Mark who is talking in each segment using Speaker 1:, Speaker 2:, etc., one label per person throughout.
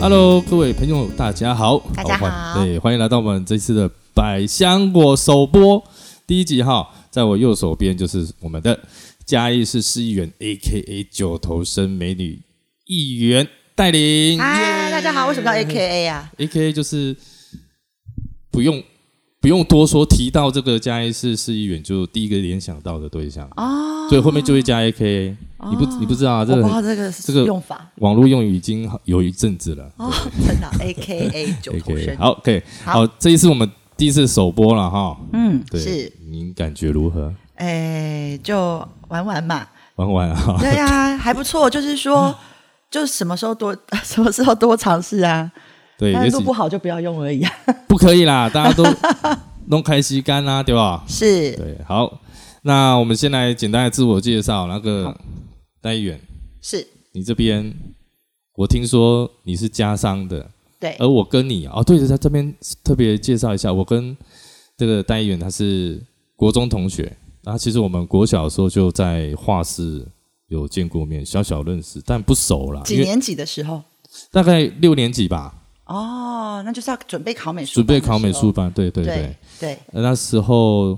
Speaker 1: Hello，各位朋友，大家好，
Speaker 2: 大家好
Speaker 1: 欢对，欢迎来到我们这次的百香果首播第一集哈，在我右手边就是我们的嘉义市市议员 A.K.A 九头身美女议员戴琳
Speaker 2: 嗨，哎大家好，为什么叫 A K A 啊？
Speaker 1: ，A.K.A 就是不用不用多说，提到这个嘉义市市议员，就第一个联想到的对象哦，所以后面就会加 A.K.A，你不你不知道啊，
Speaker 2: 我
Speaker 1: 这
Speaker 2: 不
Speaker 1: 个
Speaker 2: 知道
Speaker 1: 很
Speaker 2: 这个
Speaker 1: 这个
Speaker 2: 用法
Speaker 1: 网络用语已经有一阵子了。
Speaker 2: 哦，真的 A K A 九头
Speaker 1: OK，
Speaker 2: 身，
Speaker 1: 好，OK，
Speaker 2: 好
Speaker 1: 好，这一次我们第一次首播了哈，
Speaker 2: 嗯，
Speaker 1: 对，
Speaker 2: 是，
Speaker 1: 您感觉如何？
Speaker 2: 哎，就玩 玩嘛，
Speaker 1: 玩玩啊，
Speaker 2: 对呀，还不错，就是说，就什么时候多， 什么时候多尝试啊，
Speaker 1: 对，
Speaker 2: 但
Speaker 1: 也
Speaker 2: 是录
Speaker 1: 许
Speaker 2: 不好就不要用而 已啊，
Speaker 1: 不可以 啦，大家都弄开吸干啦，对吧？
Speaker 2: 是，
Speaker 1: 对，好，那我们先来简单的自我介绍，那个戴远，
Speaker 2: 是，
Speaker 1: 你这边。我听说你是家商的，
Speaker 2: 对，
Speaker 1: 而我跟你哦，对，在这边特别介绍一下，我跟这个戴议员他是国中同学，然后其实我们国小的时候就在画室有见过面，小小认识，但不熟啦，
Speaker 2: 几
Speaker 1: 因为
Speaker 2: 年级的时候？
Speaker 1: 大概六年级吧，
Speaker 2: 哦，那就是要准备考美术，
Speaker 1: 准备考美术，班，对对对。
Speaker 2: 对对，
Speaker 1: 呃那时候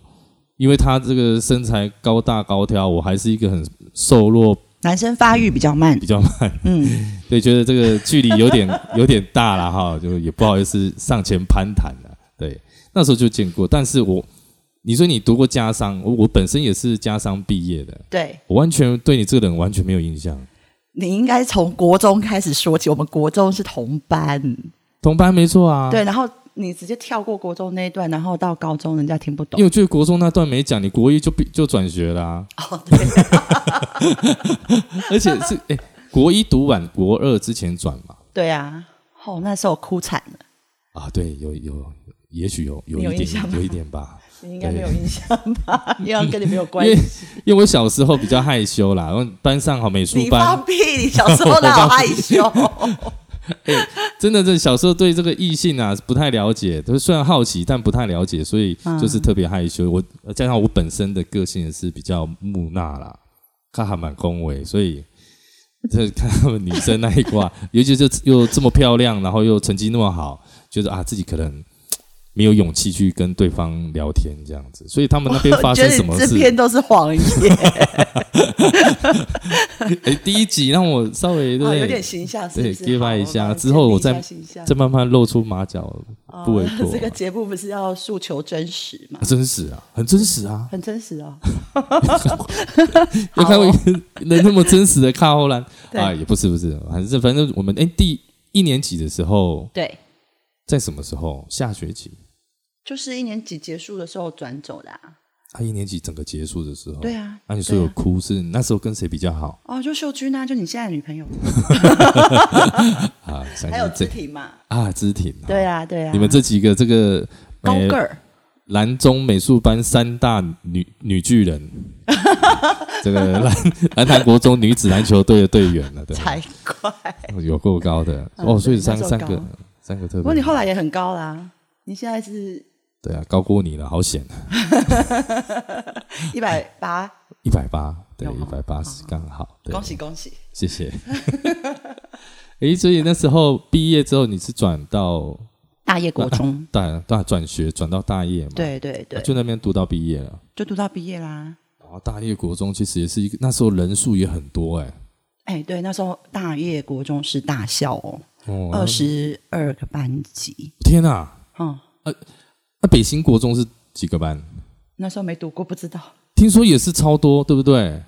Speaker 1: 因为他这个身材高大高挑，我还是一个很瘦弱，
Speaker 2: 男生发育比较慢
Speaker 1: 比，较慢，
Speaker 2: 嗯，
Speaker 1: 对，觉得这个距离有点 有点大了哈，就也不好意思上前攀谈了。对，那时候就见过，但是我你说你读过家商，我我本身也是家商毕业的，
Speaker 2: 对。
Speaker 1: 我完全对你这个人完全没有印象。
Speaker 2: 你应该从国中开始说起，我们国中是同班，
Speaker 1: 同班没错啊，，
Speaker 2: 对，然后你直接跳过国中那一段，然后到高中，人家听不
Speaker 1: 因为
Speaker 2: 懂。
Speaker 1: 我觉得国中那段没讲，你国一就毕就转学啦、
Speaker 2: 哦，对，
Speaker 1: 而且是哎、国一读完国二之前转嘛，
Speaker 2: 对啊，哦，那时候我哭惨了，
Speaker 1: 啊，对，有有，也许有有
Speaker 2: 你有
Speaker 1: 一
Speaker 2: 印象
Speaker 1: 点
Speaker 2: 吗
Speaker 1: 有一点吧，
Speaker 2: 你应该没有印象吧？因为跟你没有关
Speaker 1: 因为
Speaker 2: 系。
Speaker 1: 因为我小时候比较害羞啦，然后班上好美术
Speaker 2: 你
Speaker 1: 班
Speaker 2: 放屁！你小时候哪有害羞？
Speaker 1: 真的，这小时候对这个异性啊不太了解，就是虽然好奇，但不太了解，所以
Speaker 2: 嗯
Speaker 1: 就是特别害羞。我加上我本身的个性也是比较木讷啦，看还蛮恭维，所以这看他们女生那一挂， 尤其是又这么漂亮，然后又成绩那么好，觉得啊自己可能没有勇气去跟对方聊天这样子，所以他们那边发
Speaker 2: 我觉
Speaker 1: 生
Speaker 2: 得
Speaker 1: 什么
Speaker 2: 你这
Speaker 1: 事？
Speaker 2: 篇都是谎言，
Speaker 1: 哎、第一集让我稍微对不
Speaker 2: 哦
Speaker 1: 对？
Speaker 2: 有点形象，是不是？
Speaker 1: 对，give
Speaker 2: 好
Speaker 1: up 一下
Speaker 2: 我帮你
Speaker 1: 之后我
Speaker 2: 建立
Speaker 1: 再
Speaker 2: 一下形象
Speaker 1: 再慢慢露出马脚，
Speaker 2: 哦
Speaker 1: 不为过、
Speaker 2: 这个节目不是要诉求真实吗
Speaker 1: 啊？真实啊，很真实啊！
Speaker 2: 很真实哦，
Speaker 1: 有
Speaker 2: 好
Speaker 1: 看过
Speaker 2: 哦
Speaker 1: 一个人 那么真实的卡欧兰
Speaker 2: 对
Speaker 1: 啊，也不是不是，反正反正我们哎、第一年级的时候，
Speaker 2: 对，
Speaker 1: 在什么时候？下学期
Speaker 2: 就是一年级结束的时候转走的啊。
Speaker 1: 啊，一年级整个结束的时候，
Speaker 2: 对啊
Speaker 1: 那、你说有
Speaker 2: 对啊
Speaker 1: 哭是那时候跟谁比较好
Speaker 2: 哦，就秀君啊，就你现在的女朋友，
Speaker 1: 啊？
Speaker 2: 还有
Speaker 1: 相信
Speaker 2: 肢
Speaker 1: 这
Speaker 2: 体嘛？
Speaker 1: 啊，知婷啊，
Speaker 2: 对啊，对啊。
Speaker 1: 你们这几个这个
Speaker 2: 高
Speaker 1: 呃
Speaker 2: 个儿，
Speaker 1: 兰中美术班三大女女巨人， 这个兰兰潭国中女子篮球队的队员了，对，啊
Speaker 2: 才怪！
Speaker 1: 有够高的哦，所以三
Speaker 2: 嗯那时候
Speaker 1: 三
Speaker 2: 高
Speaker 1: 个三个特别好。
Speaker 2: 不过你后来也很高啦，你现在是
Speaker 1: 对啊，高过你了，好险！
Speaker 2: 一百八，
Speaker 1: 一百八，对，
Speaker 2: 有
Speaker 1: 一
Speaker 2: 吗
Speaker 1: 百八十刚好。哎对
Speaker 2: 恭，喜恭喜！
Speaker 1: 谢谢。诶，所以那时候毕业之后，你是转到
Speaker 2: 大业国中，
Speaker 1: 大大转学，转到大业嘛？
Speaker 2: 对对对
Speaker 1: 啊，，就那边读到毕业了。
Speaker 2: 就读到毕业啦。
Speaker 1: 然后大业国中其实也是一个，那时候人数也很多哎、
Speaker 2: 哎，对，那时候大业国中是大校哦，
Speaker 1: 哦，
Speaker 2: 二十二个班级，
Speaker 1: 天哪、啊！
Speaker 2: 嗯，
Speaker 1: 那北新国中是几个班？
Speaker 2: 那时候没读过，不知道
Speaker 1: 听说也是超多，对不对？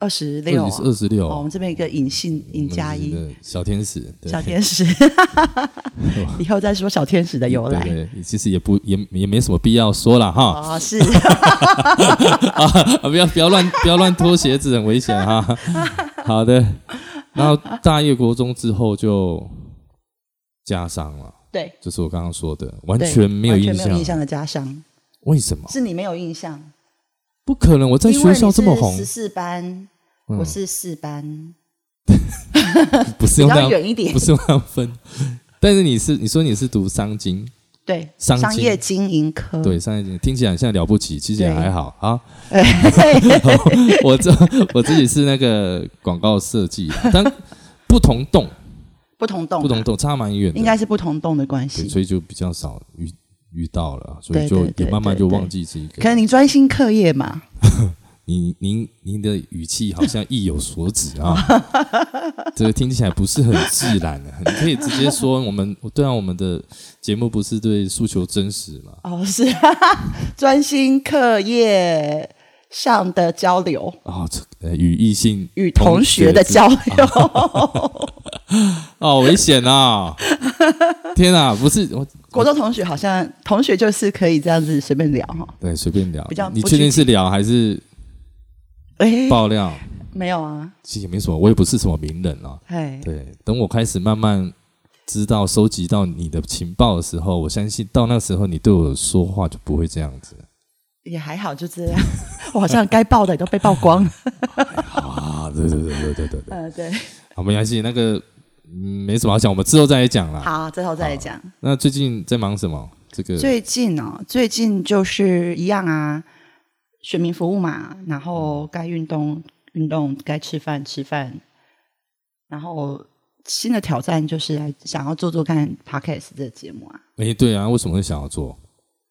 Speaker 2: 二十
Speaker 1: 这
Speaker 2: 六
Speaker 1: 里是二十六，
Speaker 2: 哦，我们这边有一个隐性
Speaker 1: 我
Speaker 2: 尹
Speaker 1: 们
Speaker 2: 加一
Speaker 1: 的小天使，对
Speaker 2: 小 天使，以后再说小天使的由
Speaker 1: 对
Speaker 2: 来。
Speaker 1: 对，其实也不也也没什么必要说了哈。
Speaker 2: 哦，是
Speaker 1: 啊， 不要不要乱不要乱脱鞋子，很危险啊哈。 好的，然后大业国中之后就加上了，
Speaker 2: 对，
Speaker 1: 就是我刚刚说的，完
Speaker 2: 对
Speaker 1: 全没有
Speaker 2: 完
Speaker 1: 印
Speaker 2: 全没
Speaker 1: 象。哦
Speaker 2: 有印象的家商，
Speaker 1: 为什么？
Speaker 2: 是你没有印象。
Speaker 1: 不可能，我在学校这么红
Speaker 2: 十，四班，
Speaker 1: 嗯
Speaker 2: 我是四班，
Speaker 1: 不是
Speaker 2: 比
Speaker 1: 用那
Speaker 2: 较
Speaker 1: 样，
Speaker 2: 远一点
Speaker 1: 不。是用那样 分。但是你是你说你是读商经，
Speaker 2: 对，
Speaker 1: 商经
Speaker 2: 商业经营科。
Speaker 1: 对商经，听起来很像了不起，其实也
Speaker 2: 嗯对
Speaker 1: 还好啊。 我这我自己是那个广告设计啦，但不同栋
Speaker 2: 不同栋啊，
Speaker 1: 不同栋差蛮远的，
Speaker 2: 应该是不同栋的关
Speaker 1: 对，
Speaker 2: 系。
Speaker 1: 所以就比较少遇遇到了，所以
Speaker 2: 对
Speaker 1: 就
Speaker 2: 对对
Speaker 1: 也慢慢
Speaker 2: 对
Speaker 1: 就
Speaker 2: 对
Speaker 1: 忘记自己一个
Speaker 2: 可
Speaker 1: 人。
Speaker 2: 能你专心课业嘛，
Speaker 1: 您您您的语气好像意有所指 啊，这个听起来不是很自然的、你可以直接说我们对啊，我们的节目不是对诉求真实嘛？
Speaker 2: 哦，是 专心课业上的交流，
Speaker 1: 啊、这呃与异性
Speaker 2: 与同学的
Speaker 1: 之
Speaker 2: 交流。
Speaker 1: 哦，危险啊！ 天啊，不是我
Speaker 2: 国中同学好像同学就是可以这样子随便聊哈。
Speaker 1: 对随便聊
Speaker 2: 比较，
Speaker 1: 你
Speaker 2: 不
Speaker 1: 确定
Speaker 2: 拘
Speaker 1: 是聊还是
Speaker 2: 哎，
Speaker 1: 爆料？
Speaker 2: 没有啊，
Speaker 1: 其实也没什么，我也不是什么名人啊。
Speaker 2: 哎，
Speaker 1: 对，等我开始慢慢知道、收集到你的情报的时候，我相信到那时候你对我说话就不会这样子。
Speaker 2: 也还好，就这样。 我好像该爆的也都被曝 光了。
Speaker 1: 啊，对对对对对对嗯对，
Speaker 2: 呃，对，
Speaker 1: 好，没关系，那个嗯没什么好讲，我们之后再来讲啦。
Speaker 2: 好，最后再来讲。
Speaker 1: 那最近在忙什么？这个
Speaker 2: 最近哦，最近就是一样啊，选民服务嘛，然后该运动运动，该吃饭吃饭，然后新的挑战就是来想要做做看 podcast 这个节目啊。
Speaker 1: 哎，对啊，为什么会想要做？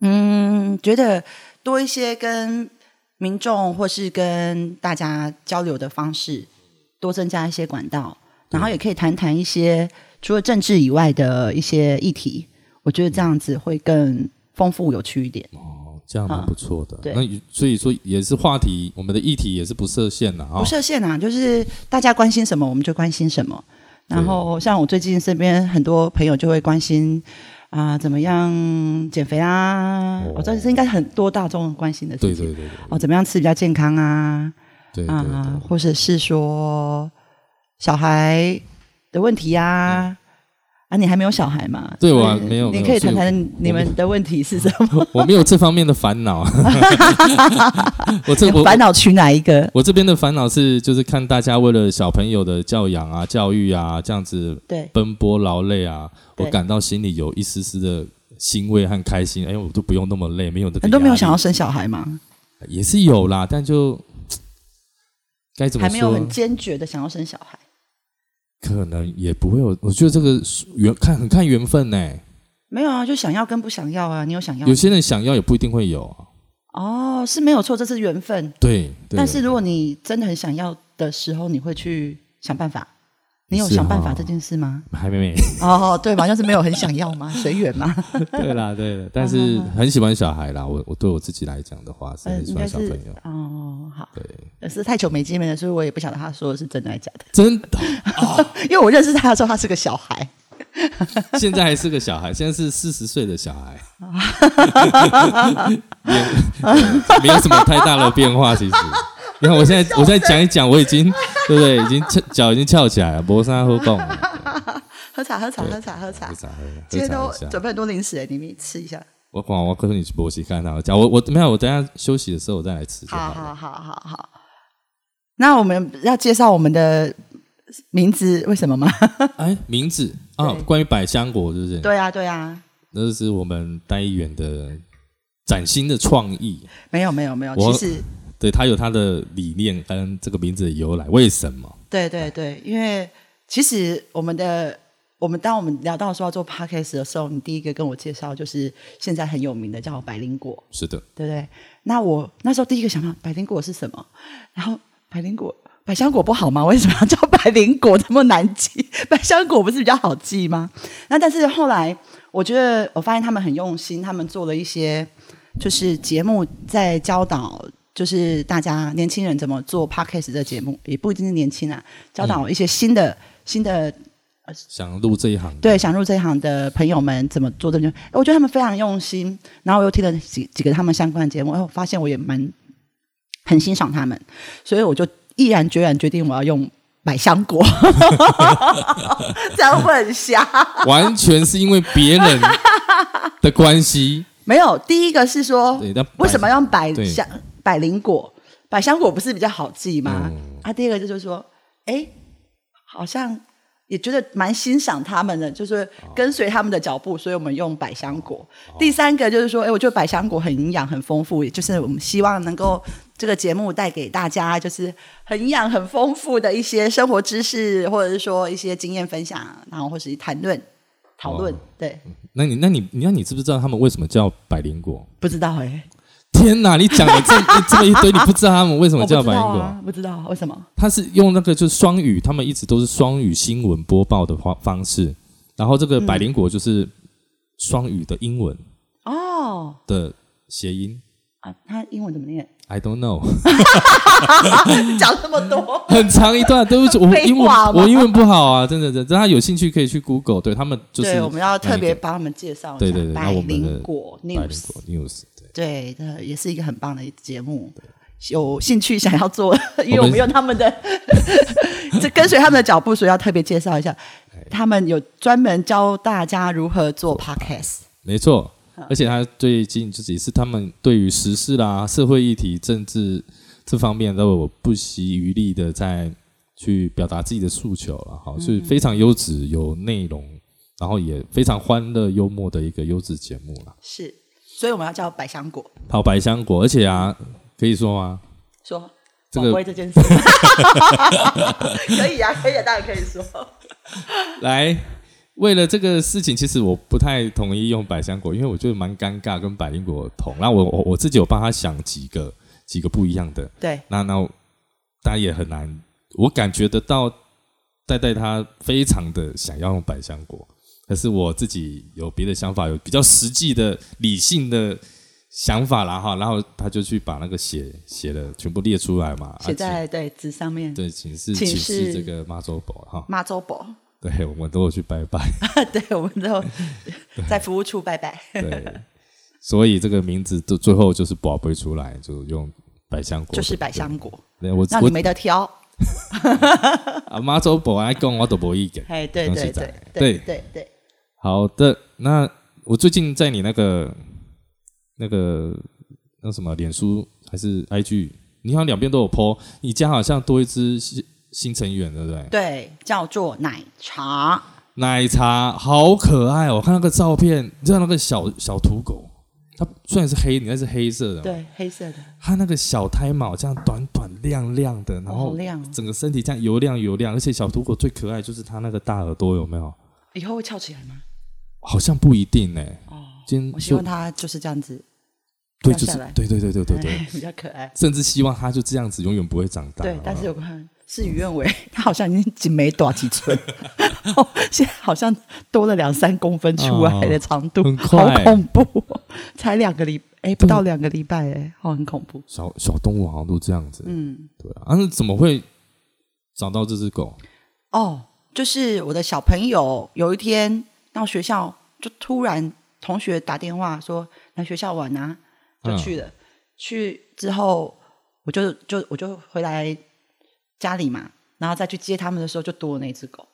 Speaker 2: 嗯，觉得多一些跟民众或是跟大家交流的方式，多增加一些管道，然后也可以谈谈一些除了政治以外的一些议题。我觉得这样子会更丰富有趣一点。
Speaker 1: 哦，这样蛮
Speaker 2: 啊
Speaker 1: 不错的。
Speaker 2: 对
Speaker 1: 那也所以说也是话题，我们的议题也是不设限的啊
Speaker 2: 不。设限啊，就是大家关心什么我们就关心什么。然后像我最近身边很多朋友就会关心啊、怎么样减肥啊，
Speaker 1: 哦
Speaker 2: 我、这是应该很多大众关心的事
Speaker 1: 对
Speaker 2: 情。
Speaker 1: 对对对
Speaker 2: 哦，怎么样吃比较健康啊？
Speaker 1: 对对
Speaker 2: 啊、
Speaker 1: 对
Speaker 2: 或者是说小孩的问题啊。啊，你还没有小孩嘛？
Speaker 1: 嗯对
Speaker 2: 所以
Speaker 1: 我还没有
Speaker 2: 你
Speaker 1: 没有
Speaker 2: 可以
Speaker 1: 所以
Speaker 2: 谈谈你们的问题是什么？
Speaker 1: 我没有这方面的烦恼。 我这我
Speaker 2: 烦恼取哪一个？
Speaker 1: 我这边的烦恼是，就是看大家为了小朋友的教养啊、教育啊这样子
Speaker 2: 对，
Speaker 1: 奔波劳累啊，
Speaker 2: 对
Speaker 1: 我感到心里有一丝丝的欣慰和开心。哎，我都不用那么累，没有那个
Speaker 2: 很多没有想要
Speaker 1: 要，
Speaker 2: 生小孩嘛，
Speaker 1: 也是有啦，但就该怎么
Speaker 2: 还没有
Speaker 1: 说
Speaker 2: 很，坚决的想要生小孩。
Speaker 1: 可能也不会有。我觉得这个是缘看很看缘分呢、
Speaker 2: 没有啊，就想要跟不想要啊，你有想要
Speaker 1: 有些人想要也不一定会有啊。
Speaker 2: 哦，是没有错，这是缘分。
Speaker 1: 对，对
Speaker 2: 但是如果你真的很想要的时候，你会去想办法。你有
Speaker 1: 是
Speaker 2: 想办
Speaker 1: 哈
Speaker 2: 法这件 事吗？
Speaker 1: 还没 没
Speaker 2: 哦，对嘛，就是没有很想要 嘛，随缘嘛。
Speaker 1: 对啦，对的，但是很喜欢小孩啦。我我对我自己来讲的话，是
Speaker 2: 嗯，
Speaker 1: 很喜
Speaker 2: 应
Speaker 1: 欢
Speaker 2: 该
Speaker 1: 小朋
Speaker 2: 是
Speaker 1: 友。
Speaker 2: 哦，好。
Speaker 1: 对，
Speaker 2: 可是太久没见面了，所以我也不晓得他说的是真的还是假的。
Speaker 1: 真的。
Speaker 2: 因为我认识他的时候，他是个小孩。
Speaker 1: 现在还是个小孩，现在是四十岁的小孩， 也没有什么太大的变化。其实，你看我现在我现在讲一讲，我已经对不对？已经翘脚已经翘起来了，磨砂喝贡，
Speaker 2: 喝茶，喝茶，
Speaker 1: 对
Speaker 2: 喝茶，
Speaker 1: 喝。
Speaker 2: 喝茶
Speaker 1: 茶喝茶
Speaker 2: 今天都
Speaker 1: 喝茶一下
Speaker 2: 准备很多零食诶，你们吃一下。
Speaker 1: 我管我告诉你去波西看到讲我我没有，我等一下休息的时候我再来吃就
Speaker 2: 好
Speaker 1: 好了。
Speaker 2: 好好好好。那我们要介绍我们的名字，为 什么吗？
Speaker 1: 哎，名字啊，
Speaker 2: 对
Speaker 1: 关于百香果是不是？
Speaker 2: 对啊，对啊，
Speaker 1: 那是我们代议员的崭新的创意，
Speaker 2: 没有没有没有，
Speaker 1: 我
Speaker 2: 其实
Speaker 1: 对他有他的理念跟这个名字的由来，为什么？
Speaker 2: 对对对，因为其实我们的我们当我们聊到说要做 podcast 的时候，你第一个跟我介绍就是现在很有名的叫百灵果，
Speaker 1: 是的。
Speaker 2: 对不对？那我那时候第一个想到百灵果是什么，然后百灵果。百香果不好吗？为什么要叫百灵果这么难记？百香果不是比较好记吗？那但是后来，我觉得我发现他们很用心，他们做了一些就是节目在教导，就是大家年轻人怎么做 podcast 的节目，也不一定是年轻啊，教导一些新的、新的
Speaker 1: 想入这一行，
Speaker 2: 对想入这一行的朋友们怎么做这件，哎我觉得他们非常用心。然后我又听了几几个他们相关的节目，哎，我发现我也蛮很欣赏他们，所以我就毅然决然决定我要用。百香果， 这样会很瞎。
Speaker 1: 完全是因为别人的关 系。
Speaker 2: 没有，第一个是说，
Speaker 1: 对，但
Speaker 2: 为什么要用百
Speaker 1: 对
Speaker 2: 香百灵果？百香果不是比较好记吗？
Speaker 1: 嗯
Speaker 2: 啊，第二个就是说，哎，好像也觉得蛮欣赏他们的，就是
Speaker 1: 哦
Speaker 2: 跟随他们的脚步，所以我们用百香果。第三个就是说，哎，我觉得百香果很营养、很丰富，也就是我们希望能够这个节目带给大家就是很养、很丰富的一些生活知识，或者是说一些经验分享，然后或是谈论、讨论。
Speaker 1: 哦
Speaker 2: 对，
Speaker 1: 那你那你你那你知不知道他们为什么叫百灵果？
Speaker 2: 不知道哎、
Speaker 1: 天哪！你讲了这 你这么一堆，你不知道他们为什么
Speaker 2: 我不
Speaker 1: 叫
Speaker 2: 知
Speaker 1: 百灵
Speaker 2: 道
Speaker 1: 果？
Speaker 2: 啊，不知道为什么。
Speaker 1: 他是用那个就是双语，他们一直都是双语新闻播报的方方式。然后这
Speaker 2: 嗯
Speaker 1: 个百灵果就是双语的英文
Speaker 2: 哦
Speaker 1: 的谐音。
Speaker 2: 啊，它英文怎么念？
Speaker 1: I don't know，
Speaker 2: 啊讲那么多，
Speaker 1: 很长一段，对不起，我
Speaker 2: 废
Speaker 1: 英文
Speaker 2: 话吗
Speaker 1: 我英文不好啊，真的，真的，大家有兴趣可以去 Google，对他们就是
Speaker 2: 对，我们要特别帮他们介绍一下
Speaker 1: 对对对那
Speaker 2: 百
Speaker 1: 我们的
Speaker 2: 灵果
Speaker 1: 百灵
Speaker 2: news，
Speaker 1: 果 news，对
Speaker 2: 对，这也是一个很棒的节目。有兴趣想 要做，因为
Speaker 1: 我
Speaker 2: 我们
Speaker 1: 们
Speaker 2: 用他们的， 这跟随他们的脚步，所以要特别介绍一下，他们有专门教大家如何做 podcast。
Speaker 1: 没错。而且他最近自己是他们对于时事啦、社会议题、政治 这方面都有不惜余力的在去表达自己的诉求了哈，所以非常优质、有内容，然后也非常欢乐幽默的一个优质节目啦。
Speaker 2: 是，所以我们要叫百香果
Speaker 1: 跑百香果，而且啊，可以说吗？
Speaker 2: 说
Speaker 1: 这
Speaker 2: 宝
Speaker 1: 个
Speaker 2: 贝这 件事， 可以啊，可以啊，当然可以说。
Speaker 1: 来，为了这个事情，其实我不太同意用百香果，因为我觉得蛮尴尬，跟百灵果同。那我我我自己有帮他想几个几个不一样的，
Speaker 2: 对，
Speaker 1: 那那大家也很难，我感觉得到戴戴他非常的想要用百香果，可是我自己有别的想法，有比较实际的理性的。想法啦哈，然后他就去把那个写写了全部列出来嘛，
Speaker 2: 写
Speaker 1: 啊
Speaker 2: 在对纸上面
Speaker 1: 请。对请示
Speaker 2: 请
Speaker 1: 请
Speaker 2: 示
Speaker 1: 示这个妈祖婆哈，
Speaker 2: 妈周宝，
Speaker 1: 对我们都有去拜 拜，
Speaker 2: 对，我们都在服务处拜拜。
Speaker 1: 对，所以这个名字就最后就是宝贝出来，就用百香果，
Speaker 2: 就是百香果，
Speaker 1: 对。我
Speaker 2: 那你
Speaker 1: 我
Speaker 2: 没得挑。
Speaker 1: 阿妈周宝安跟我都不意见。
Speaker 2: 哎，对
Speaker 1: 恭
Speaker 2: 对
Speaker 1: 喜
Speaker 2: 对
Speaker 1: 仔
Speaker 2: 对
Speaker 1: 对
Speaker 2: 对对，
Speaker 1: 好的，那我最近在你那个那个那什么脸书还是 IG，你好像两边都有 po，你家好像多一只新新成员，对不对？
Speaker 2: 对，叫做奶茶。
Speaker 1: 奶茶好可爱哦，我看那个照片，你知道那个小小土狗，它虽然是黑，你那是黑色的，
Speaker 2: 对，黑色的，
Speaker 1: 它那个小胎毛这样短短亮亮的，然
Speaker 2: 哦好
Speaker 1: 后
Speaker 2: 亮哦
Speaker 1: 整个身体这样油亮油亮，而且小土狗最可爱就是它那个大耳朵有没有？
Speaker 2: 以后会翘起来吗？
Speaker 1: 好像不一定呢、
Speaker 2: 哦，
Speaker 1: 今
Speaker 2: 我
Speaker 1: 天
Speaker 2: 希
Speaker 1: 嗯
Speaker 2: 望
Speaker 1: 就
Speaker 2: 它就是这样子，
Speaker 1: 对，
Speaker 2: 掉
Speaker 1: 就
Speaker 2: 下
Speaker 1: 是
Speaker 2: 来
Speaker 1: 对对对对对对，
Speaker 2: 比较可爱。
Speaker 1: 甚至希望它就这样子永远不会长大。嗯
Speaker 2: 对，但是
Speaker 1: 有
Speaker 2: 有看事与愿违，它好像已经紧没短几寸，哦，现在好像多了两三公分出来的长度，
Speaker 1: 哦很
Speaker 2: 好
Speaker 1: 快
Speaker 2: 恐怖哦！才两个礼，哎，不到两个礼拜，哎，哦，很恐怖。
Speaker 1: 小小动物好像都这样子，
Speaker 2: 嗯，
Speaker 1: 对啊，但是怎么会找到这只狗？
Speaker 2: 哦，就是我的小朋友有一天到学校，就突然同学打电话说来学校玩啊，就
Speaker 1: 嗯
Speaker 2: 去了。去之后，我就就我就回来家里嘛，然后再去接他们的时候，就多了那只狗。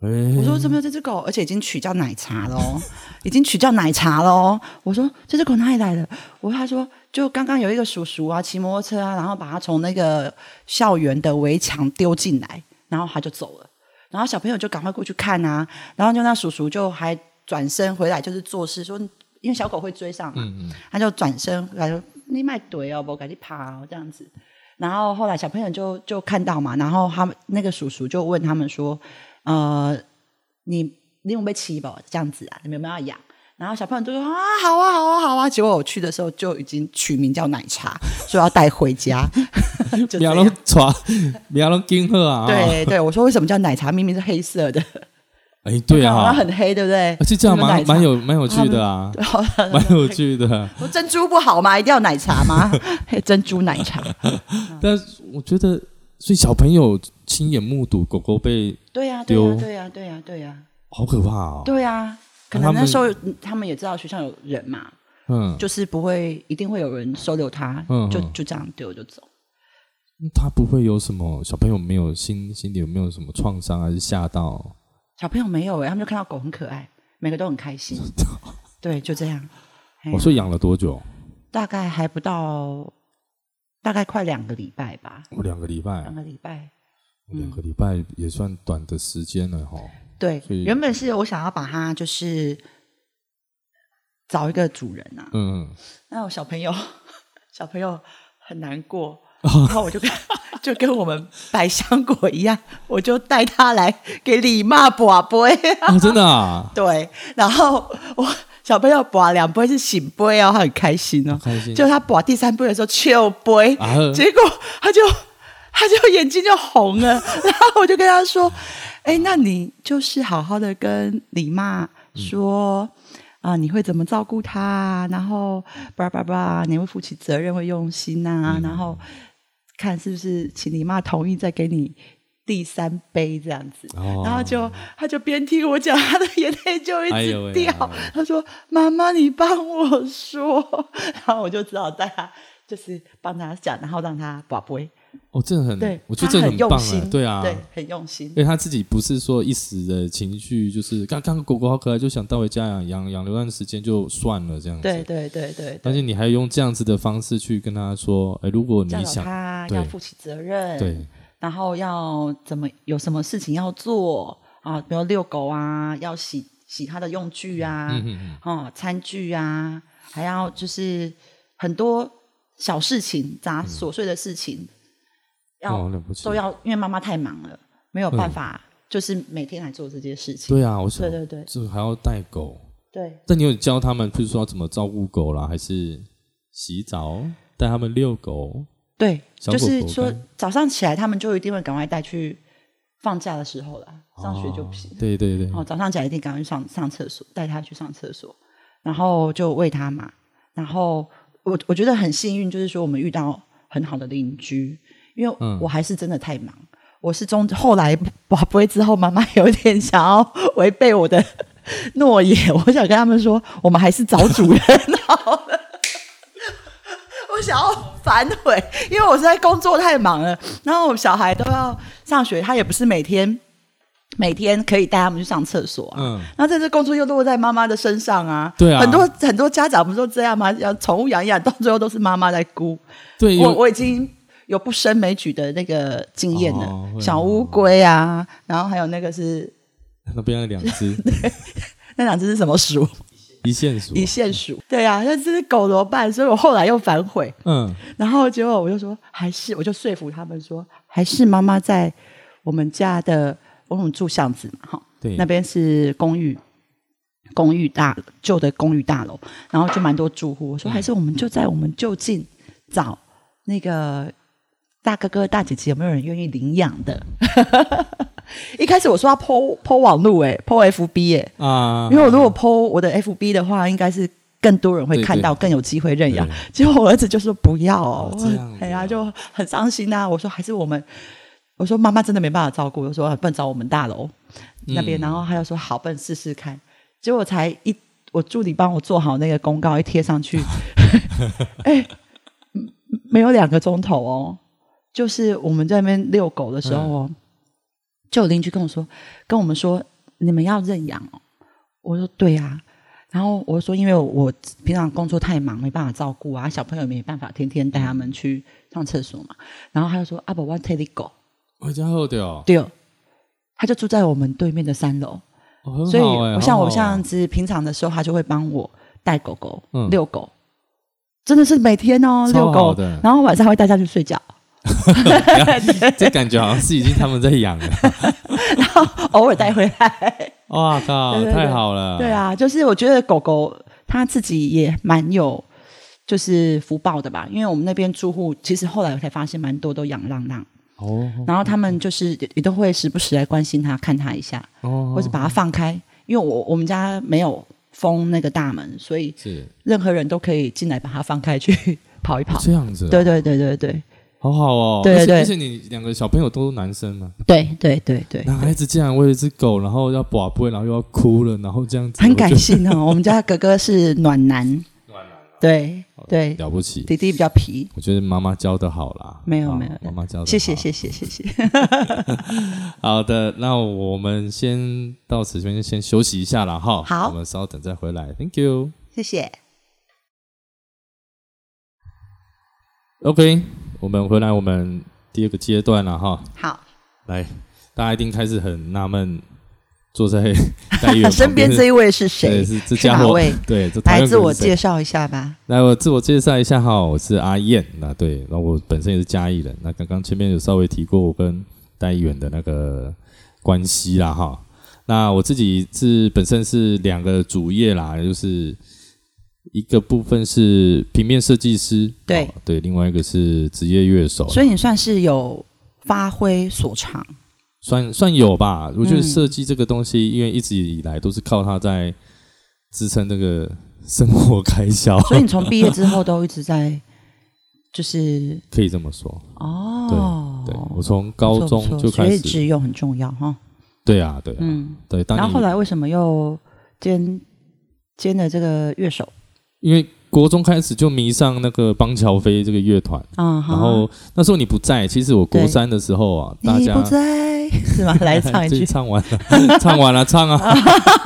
Speaker 1: 哎、
Speaker 2: 我说啊怎么有这只狗？而且已经取叫奶茶了哦， 已经取叫奶茶了哦。我说这只狗哪里来的？我他说就刚刚有一个叔叔啊，骑摩托车啊，然后把它从那个校园的围墙丢进来，然后他就走了。然后小朋友就赶快过去看啊，然后就那叔叔就还转身回来，就是做事说，因为小狗会追上嘛，他就转身回来说：“你卖腿哦，我赶紧爬哦，这样子。”然后后来小朋友就就看到嘛，然后他们那个叔叔就问他们说：“呃，你你有没有骑吧？这样子啊，你们有没有要养？”然后小朋友就说：“啊，好啊，好啊，好啊！”结果我去的时候就已经取名叫奶茶，说要带回家。 就这
Speaker 1: 苗
Speaker 2: 样
Speaker 1: 龙抓 苗龙金鹤啊！，
Speaker 2: 对对，我说为什么叫奶茶？明明是黑色的，
Speaker 1: 哎、对
Speaker 2: 然后
Speaker 1: 啊，
Speaker 2: 很黑，对不对？
Speaker 1: 是这样
Speaker 2: 那个奶
Speaker 1: 蛮
Speaker 2: 茶
Speaker 1: 蛮有蛮有趣的啊，蛮有趣的。啊
Speaker 2: 说珍珠不好吗？一定要奶茶吗？ 嘿珍珠奶茶，
Speaker 1: 但是我觉得，所以小朋友亲眼目睹狗狗被，
Speaker 2: 对呀、对呀、
Speaker 1: 丢
Speaker 2: 啊对呀、对呀、对呀、
Speaker 1: 好可怕哦。
Speaker 2: 对呀。可
Speaker 1: 他
Speaker 2: 能
Speaker 1: 们
Speaker 2: 那时候嗯他们也知道学校有人嘛，
Speaker 1: 嗯，
Speaker 2: 就是不会一定会有人收留他，
Speaker 1: 嗯
Speaker 2: 就
Speaker 1: 嗯
Speaker 2: 就这样丢就走。
Speaker 1: 他不会有什么小朋友没有心心里有没有什么创伤，还是吓到？
Speaker 2: 小朋友没有哎、他们就看到狗很可爱，每个都很开心。对，就这样。哎
Speaker 1: 哦
Speaker 2: 呀
Speaker 1: 我说哦养了多久？
Speaker 2: 大概还不到，大概快两个礼拜吧，
Speaker 1: 我哦两个礼拜啊
Speaker 2: 两，个礼拜。嗯
Speaker 1: 两个礼拜也算短的时间了哈。
Speaker 2: 对，
Speaker 1: 所以
Speaker 2: 原本是我想要把它就是找一个主人啊，
Speaker 1: 嗯，
Speaker 2: 那我小朋友，小朋友很难过，然后 我就跟就跟我们百香果一样，我就带他来给李妈卜杯。
Speaker 1: 哦，真的啊，
Speaker 2: 对，然后我小朋友拔两杯是醒杯哦，他很开心哦，
Speaker 1: 好开心
Speaker 2: 就他拔第三杯的时候，秋杯，
Speaker 1: 啊呵
Speaker 2: 结果他就 他就眼睛就红了，然后我就跟他说：“哎，那你就是好好的跟李妈说。
Speaker 1: 嗯
Speaker 2: 啊、你会怎么照顾他啊？然后叭叭叭，你会负起责任，会用
Speaker 1: 嗯
Speaker 2: 心呐、然后看是不是请你妈同意再给你第三杯这样子，
Speaker 1: 哦
Speaker 2: 然后就他就边听我讲，他的眼泪就一
Speaker 1: 哎呦喂
Speaker 2: 直掉。
Speaker 1: 哎呦喂
Speaker 2: 他说：“妈妈，你帮我说。” 然后我就只好带他，就是帮他讲，然后让他宝贝。
Speaker 1: 哦，这很
Speaker 2: 对，
Speaker 1: 我觉得
Speaker 2: 他
Speaker 1: 这
Speaker 2: 很
Speaker 1: 棒
Speaker 2: 用
Speaker 1: 哎
Speaker 2: 心，，
Speaker 1: 对啊，
Speaker 2: 对，很用心
Speaker 1: 因。为他自己不是说一时的情绪，就是刚刚狗狗好可爱，就想带回家养养养流浪时间就算了这样子。
Speaker 2: 对对对对
Speaker 1: 但
Speaker 2: 对，
Speaker 1: 是你还用这样子的方式去跟他说，哎，如果你
Speaker 2: 教导
Speaker 1: 想，
Speaker 2: 他
Speaker 1: 对
Speaker 2: 要负起责任，
Speaker 1: 对，
Speaker 2: 然后要怎么有什么事情要做啊，比如遛狗啊，要洗洗他的用具啊，
Speaker 1: 嗯嗯嗯，
Speaker 2: 哦，餐具啊，还要就是很多小事情、杂琐碎的事情，要、
Speaker 1: 嗯哦，了不起
Speaker 2: 都，要，因为妈妈太忙了，没有办法，就是每天来做这些事情。
Speaker 1: 对啊，我想
Speaker 2: 对，对对
Speaker 1: 这还要带狗，
Speaker 2: 对，
Speaker 1: 但你有教他们，譬如说要怎么照顾狗啦，还是洗澡，带他们遛狗，
Speaker 2: 对，
Speaker 1: 小
Speaker 2: 就
Speaker 1: 狗
Speaker 2: 是
Speaker 1: 狗
Speaker 2: 说
Speaker 1: 干
Speaker 2: 早上起来，他们就一定会赶快带去放假的时候啦，上学就不行
Speaker 1: 哦。对对对，
Speaker 2: 哦，早上起来一定赶快去上上厕所，带他去上厕所，然后就喂他嘛。然后我我觉得很幸运，就是说我们遇到很好的邻居，因为
Speaker 1: 嗯
Speaker 2: 我还是真的太忙。我是中后来宝贝之后，妈妈有一点想要违背我的诺言，我想跟他们说，我们还是找主人好了。 我想要反悔，因为我实在工作太忙了，然后我小孩都要上学，他也不是每天每天可以带他们去上厕所啊。
Speaker 1: 嗯，
Speaker 2: 然后在这工作又落在妈妈的身上啊，
Speaker 1: 对啊
Speaker 2: 很多很多家长不是都这样吗？养宠物养一养，到最后都是妈妈在顾。
Speaker 1: 对，
Speaker 2: 我
Speaker 1: 有
Speaker 2: 我已经有不胜枚举的那个经验了，
Speaker 1: 哦会
Speaker 2: 小乌龟啊，然后还有那个是
Speaker 1: 那边有两只
Speaker 2: 那两只是什么鼠？
Speaker 1: 一线鼠，
Speaker 2: 一线鼠。对啊，那这只狗怎么办？所以我后来又反悔，
Speaker 1: 嗯，
Speaker 2: 然后结果我就说，还是我就说服他们说，还是妈妈在我们家的，我们住巷子嘛，哈，
Speaker 1: 对
Speaker 2: 那边是公寓，公寓大旧的公寓大楼，然后就蛮多住户。我说，还是我们就在我们就近找那个大哥哥大姐姐，有没有人愿意领养的？ 一开始我说要 PO PO 网路、欸，哎，PO FB 哎、
Speaker 1: 啊，
Speaker 2: 因为我如果 PO 我的 FB 的话，应该是更多人会看到，
Speaker 1: 对
Speaker 2: 更有机会认养
Speaker 1: 对。
Speaker 2: 结果我儿子就说不要哦
Speaker 1: 哦这样子啊，
Speaker 2: 哎呀、就很伤心啊。我说还是我们，我说妈妈真的没办法照顾，我说啊不能找我们大楼那边，然后他就说好，不能试试看。结果才一，我助理帮我做好那个公告，一贴上去，哎、嗯没有两个钟头哦，就是我们在那边遛狗的时候哦，就有邻居跟我说，跟我们说你们要认养哦，我说对啊。然后我说，因为我平常工作太忙，没办法照顾啊，小朋友也没办法天天带他们去上厕所嘛。然后他就说：“阿伯，我要 take 你狗。
Speaker 1: 回家后的哦”，
Speaker 2: 对，他就住在我们对面的三楼。
Speaker 1: 哦很
Speaker 2: 所以
Speaker 1: 好哎
Speaker 2: 我像
Speaker 1: 好
Speaker 2: 我
Speaker 1: 好
Speaker 2: 这样子，平常的时候他就会帮我带狗狗、
Speaker 1: 嗯
Speaker 2: 遛狗，真的是每天哦
Speaker 1: 超
Speaker 2: 遛
Speaker 1: 好
Speaker 2: 狗
Speaker 1: 的，
Speaker 2: 然后晚上还会带他去睡觉，
Speaker 1: 哎这感觉好像是已经他们在养 了。
Speaker 2: 然后偶尔带回来。
Speaker 1: 哇靠，
Speaker 2: 对对对
Speaker 1: 太好了！
Speaker 2: 对，啊，就是我觉得狗狗它自己也蛮有。就是福报的吧，因为我们那边住户其实后来我才发现，蛮多都养浪浪，
Speaker 1: 哦
Speaker 2: 然后他们就是也也都会时不时来关心它，看它一下，
Speaker 1: 哦
Speaker 2: 或是把它放开。因为我我们家没有封那个大门，所以
Speaker 1: 是
Speaker 2: 任何人都可以进来把它放开去 跑一跑。
Speaker 1: 这样子，啊
Speaker 2: 对，对对对对
Speaker 1: 好好哦。
Speaker 2: 对对
Speaker 1: 而且
Speaker 2: 对
Speaker 1: 而且你两个小朋友都是男生嘛，
Speaker 2: 对对对对，
Speaker 1: 男孩子竟然为了一只狗，然后要宝贝，然后又要哭了，然后这样子，
Speaker 2: 很
Speaker 1: 我
Speaker 2: 感
Speaker 1: 就
Speaker 2: 性 哦。我们家哥哥是暖男，
Speaker 1: 暖男啊
Speaker 2: 对对，
Speaker 1: 了不起。
Speaker 2: 弟弟比较皮。
Speaker 1: 我觉得妈妈教的好啦，
Speaker 2: 没有
Speaker 1: 啊
Speaker 2: 没有
Speaker 1: 妈妈教的，
Speaker 2: 谢谢谢谢谢谢，
Speaker 1: 好的，那我们先到此先先休息一下了哈。
Speaker 2: 好
Speaker 1: 我们稍等再回来。Thank you。
Speaker 2: 谢谢。
Speaker 1: OK，我们回来我们第二个阶段了哈。
Speaker 2: 好，
Speaker 1: 来，大家一定开始很纳闷，坐在 戴月
Speaker 2: 身边这一位是谁
Speaker 1: 哎对？是这
Speaker 2: 是
Speaker 1: 家
Speaker 2: 哪
Speaker 1: 伙
Speaker 2: 位？
Speaker 1: 对，这台湾
Speaker 2: 来
Speaker 1: 人
Speaker 2: 自我
Speaker 1: 是谁
Speaker 2: 介绍一下吧。
Speaker 1: 来，我自我介绍一下哈，我是阿燕，那对，那我本身也是嘉义人，那刚刚前面有稍微提过我跟戴议员的那个关系啦哈，那我自己是本身是两个主业啦，就是一个部分是平面设计师，
Speaker 2: 对
Speaker 1: 哦对，另外一个是职业乐手，
Speaker 2: 所以你算是有发挥所长，
Speaker 1: 算算有吧。我觉得
Speaker 2: 嗯
Speaker 1: 设计这个东西，因为一直以来都是靠它在支撑这个生活开销，
Speaker 2: 所以你从毕业之后都一直在， 就是
Speaker 1: 可以这么说。
Speaker 2: 哦，
Speaker 1: 对我从高
Speaker 2: 不错不
Speaker 1: 中
Speaker 2: 错
Speaker 1: 就开
Speaker 2: 学以
Speaker 1: 始，
Speaker 2: 致用很重要哈。
Speaker 1: 对啊，对啊，
Speaker 2: 嗯，
Speaker 1: 对。当
Speaker 2: 然后
Speaker 1: 你
Speaker 2: 后来为什么又兼兼了这个乐手
Speaker 1: 因为国中开始就迷上那个邦乔飞这个乐团，
Speaker 2: 啊？哈
Speaker 1: 然后那时候你不在，其实我国
Speaker 2: 对
Speaker 1: 三的时候啊，大
Speaker 2: 你
Speaker 1: 家
Speaker 2: 不 在是吗？来唱一
Speaker 1: 自己
Speaker 2: 句，
Speaker 1: 唱完了，唱完了，唱啊！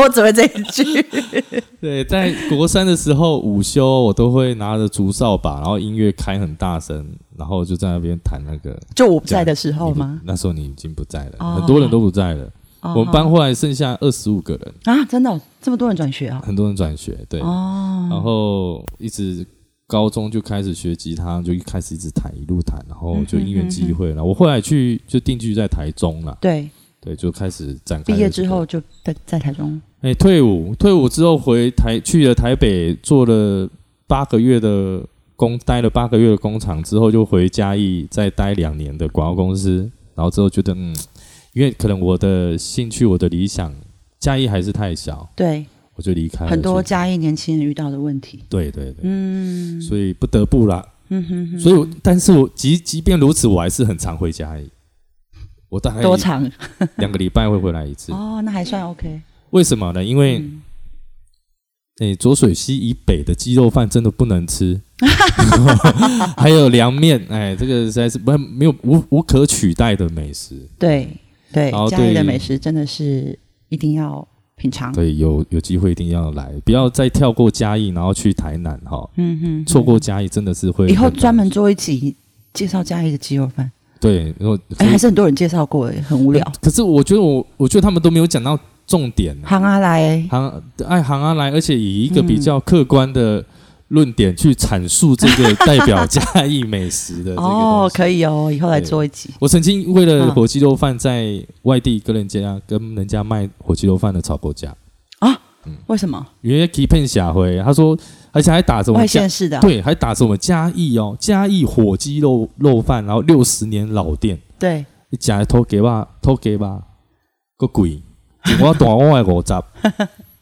Speaker 2: 我只会这一句。
Speaker 1: 对，在国三的时候午休，我都会拿着竹扫把，然后音乐开很大声，然后就在那边弹那个。
Speaker 2: 就我不在的时候
Speaker 1: 你不
Speaker 2: 吗？
Speaker 1: 那时候你已经不在了，
Speaker 2: 哦
Speaker 1: 很多人都不在了。
Speaker 2: 哦
Speaker 1: 我们班后来剩下二十五个人，
Speaker 2: 啊，真的哦这么多人转学啊？
Speaker 1: 很多人转学，对，
Speaker 2: 哦，
Speaker 1: 然后一直高中就开始学吉他，就一开始一直弹，一路弹，然后就因缘机
Speaker 2: 嗯
Speaker 1: 会了。我后来去就定居在台中了，
Speaker 2: 对，
Speaker 1: 对，就开始展开了这个。
Speaker 2: 毕业之后就在在台中
Speaker 1: 哎，退伍，退伍之后回台去了台北，做了八个月的工，待了八个月的工厂之后，就回嘉义再待两年的广告公司，然后之后觉得嗯，因为可能我的兴趣、我的理想，嘉义还是太小，
Speaker 2: 对
Speaker 1: 我就离开了。
Speaker 2: 很多嘉义年轻人遇到的问题。
Speaker 1: 对对对，
Speaker 2: 嗯
Speaker 1: 所以不得不啦。
Speaker 2: 嗯哼哼，
Speaker 1: 所以我，但是我即即便如此，我还是很常回嘉义。我大概
Speaker 2: 多长？
Speaker 1: 两个礼拜会回来一次。
Speaker 2: 哦，那还算 OK。
Speaker 1: 为什么呢？因为
Speaker 2: 嗯
Speaker 1: 诶、浊水溪以北的鸡肉饭真的不能吃， 还有凉面，哎，这个实在是不没有无无可取代的美食。
Speaker 2: 对对
Speaker 1: 然后，
Speaker 2: 嘉义的
Speaker 1: 对
Speaker 2: 美食真的是一定要品尝。
Speaker 1: 对，有有机会一定要来，不要再跳过嘉义，然后去台南哈。
Speaker 2: 嗯哼，
Speaker 1: 错过嘉义真的是会
Speaker 2: 以后
Speaker 1: 很难
Speaker 2: 专门做一集介绍嘉义的鸡肉饭。
Speaker 1: 对，然后
Speaker 2: 哎，还是很多人介绍过，哎很无聊。
Speaker 1: 可是我觉得我我觉得他们都没有讲到重点呢、
Speaker 2: 行啊来，
Speaker 1: 行爱行阿来，而且以一个比较客观的论点去阐述这个代表嘉义美食的这个 东，
Speaker 2: 哦
Speaker 1: 西。
Speaker 2: 可以哦，以后来
Speaker 1: 对
Speaker 2: 做一集。
Speaker 1: 我曾经为了
Speaker 2: 嗯
Speaker 1: 火鸡肉饭，在外地跟人家跟人家卖火鸡肉饭的吵过架，
Speaker 2: 为什么？
Speaker 1: 因为 k e p 下回他说，而且还打着我
Speaker 2: 外
Speaker 1: 们嘉
Speaker 2: 县市的啊
Speaker 1: 对，还打着我们嘉义哦，嘉义火鸡肉肉饭，然后六十年老店，
Speaker 2: 对，
Speaker 1: 你假偷给吧，偷给吧，个鬼，我短我的五 十，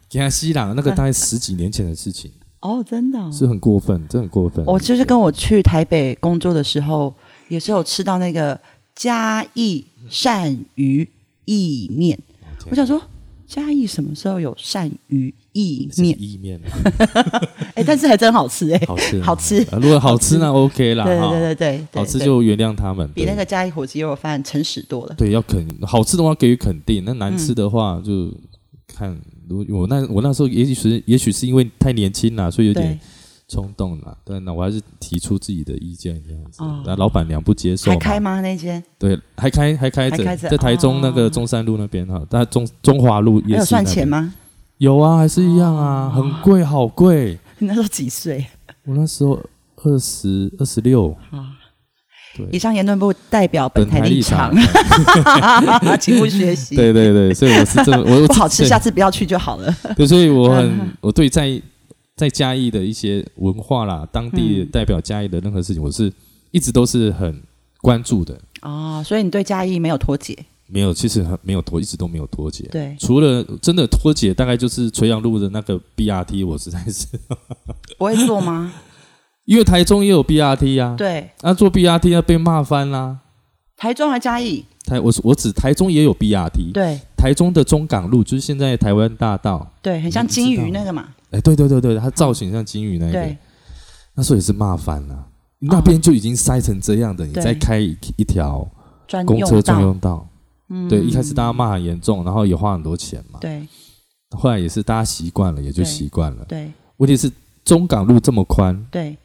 Speaker 1: 惊死人！那个大概十几年前的事情。
Speaker 2: 哦，真的哦、
Speaker 1: 是很过分，真的很过分。
Speaker 2: 我就是跟我去台北工作的时候，也是有吃到那个嘉义鳝鱼意面。
Speaker 1: 哦
Speaker 2: 我想说，嘉义什么时候有鳝鱼意
Speaker 1: 是
Speaker 2: 面？
Speaker 1: 意 面，
Speaker 2: 哎、但是还真 好吃哎、
Speaker 1: 好吃，
Speaker 2: 好吃
Speaker 1: 啊如果好吃那 OK 啦，
Speaker 2: 对对
Speaker 1: 啊哈，
Speaker 2: 对对对对，
Speaker 1: 好吃
Speaker 2: 对
Speaker 1: 就原谅他们。
Speaker 2: 比那
Speaker 1: 对
Speaker 2: 个嘉义火鸡肉饭诚实多了。
Speaker 1: 对要肯好吃的话给予肯定，那难
Speaker 2: 嗯
Speaker 1: 吃的话就看。如我那我那时候也许是也许是因为太年轻了，所以有点
Speaker 2: 对，
Speaker 1: 冲动了。但那我还是提出自己的意见这样子
Speaker 2: 哦，
Speaker 1: 那老板娘不接受
Speaker 2: 还
Speaker 1: 嘛？
Speaker 2: 开吗？那间
Speaker 1: 对，还开还开
Speaker 2: 还开
Speaker 1: 着，
Speaker 2: 着
Speaker 1: 在台中那个
Speaker 2: 哦
Speaker 1: 中山路那边哈，但中中华路也
Speaker 2: 还有
Speaker 1: 是
Speaker 2: 算钱
Speaker 1: 吗？
Speaker 2: 吗？ 哦
Speaker 1: 有啊，还是一样啊，很贵，好贵。
Speaker 2: 你那时候几岁？
Speaker 1: 我那时候二十二十六，
Speaker 2: 以上言论不代表本
Speaker 1: 本
Speaker 2: 台
Speaker 1: 台
Speaker 2: 立
Speaker 1: 立
Speaker 2: 场，
Speaker 1: 场，
Speaker 2: 请勿学习。
Speaker 1: 对对对，所以我是 这么，我
Speaker 2: 不好吃，
Speaker 1: 对
Speaker 2: 下次不要去就好了。
Speaker 1: 对，所以我 很，我对在在嘉义的一些文化啦，当地
Speaker 2: 嗯
Speaker 1: 代表嘉义的任何事情，我是一直都是很关注的，
Speaker 2: 哦，所以你对嘉义没有脱节，
Speaker 1: 没有，其实很没有脱，一直都没有脱节。
Speaker 2: 对
Speaker 1: 除了真的脱节，大概就是垂杨路的那个 BRT，我实在 是，
Speaker 2: 不会做吗？
Speaker 1: 因为台中也有 BRT 啊，
Speaker 2: 对，
Speaker 1: 那、做 BRT 要被骂翻啦、
Speaker 2: 台中还嘉义，
Speaker 1: 台我我指台中也有 BRT，
Speaker 2: 对
Speaker 1: 台中的中港路就是现在的台湾大道，
Speaker 2: 对，很像金鱼那个嘛，
Speaker 1: 哎，对对对对，它造型像金鱼那一个
Speaker 2: 嗯对，哦
Speaker 1: 那时候也是骂翻了、那边就已经塞成这样的，你
Speaker 2: 对
Speaker 1: 再开一一条
Speaker 2: 专
Speaker 1: 公车
Speaker 2: 用
Speaker 1: 专
Speaker 2: 道，
Speaker 1: 用道，
Speaker 2: 嗯
Speaker 1: 对，一开始大家骂很严重，然后也花很多钱嘛，
Speaker 2: 对
Speaker 1: 后来也是大家习惯了，也就
Speaker 2: 对
Speaker 1: 习惯了。
Speaker 2: 对
Speaker 1: 问题是中港路这么宽，
Speaker 2: 对，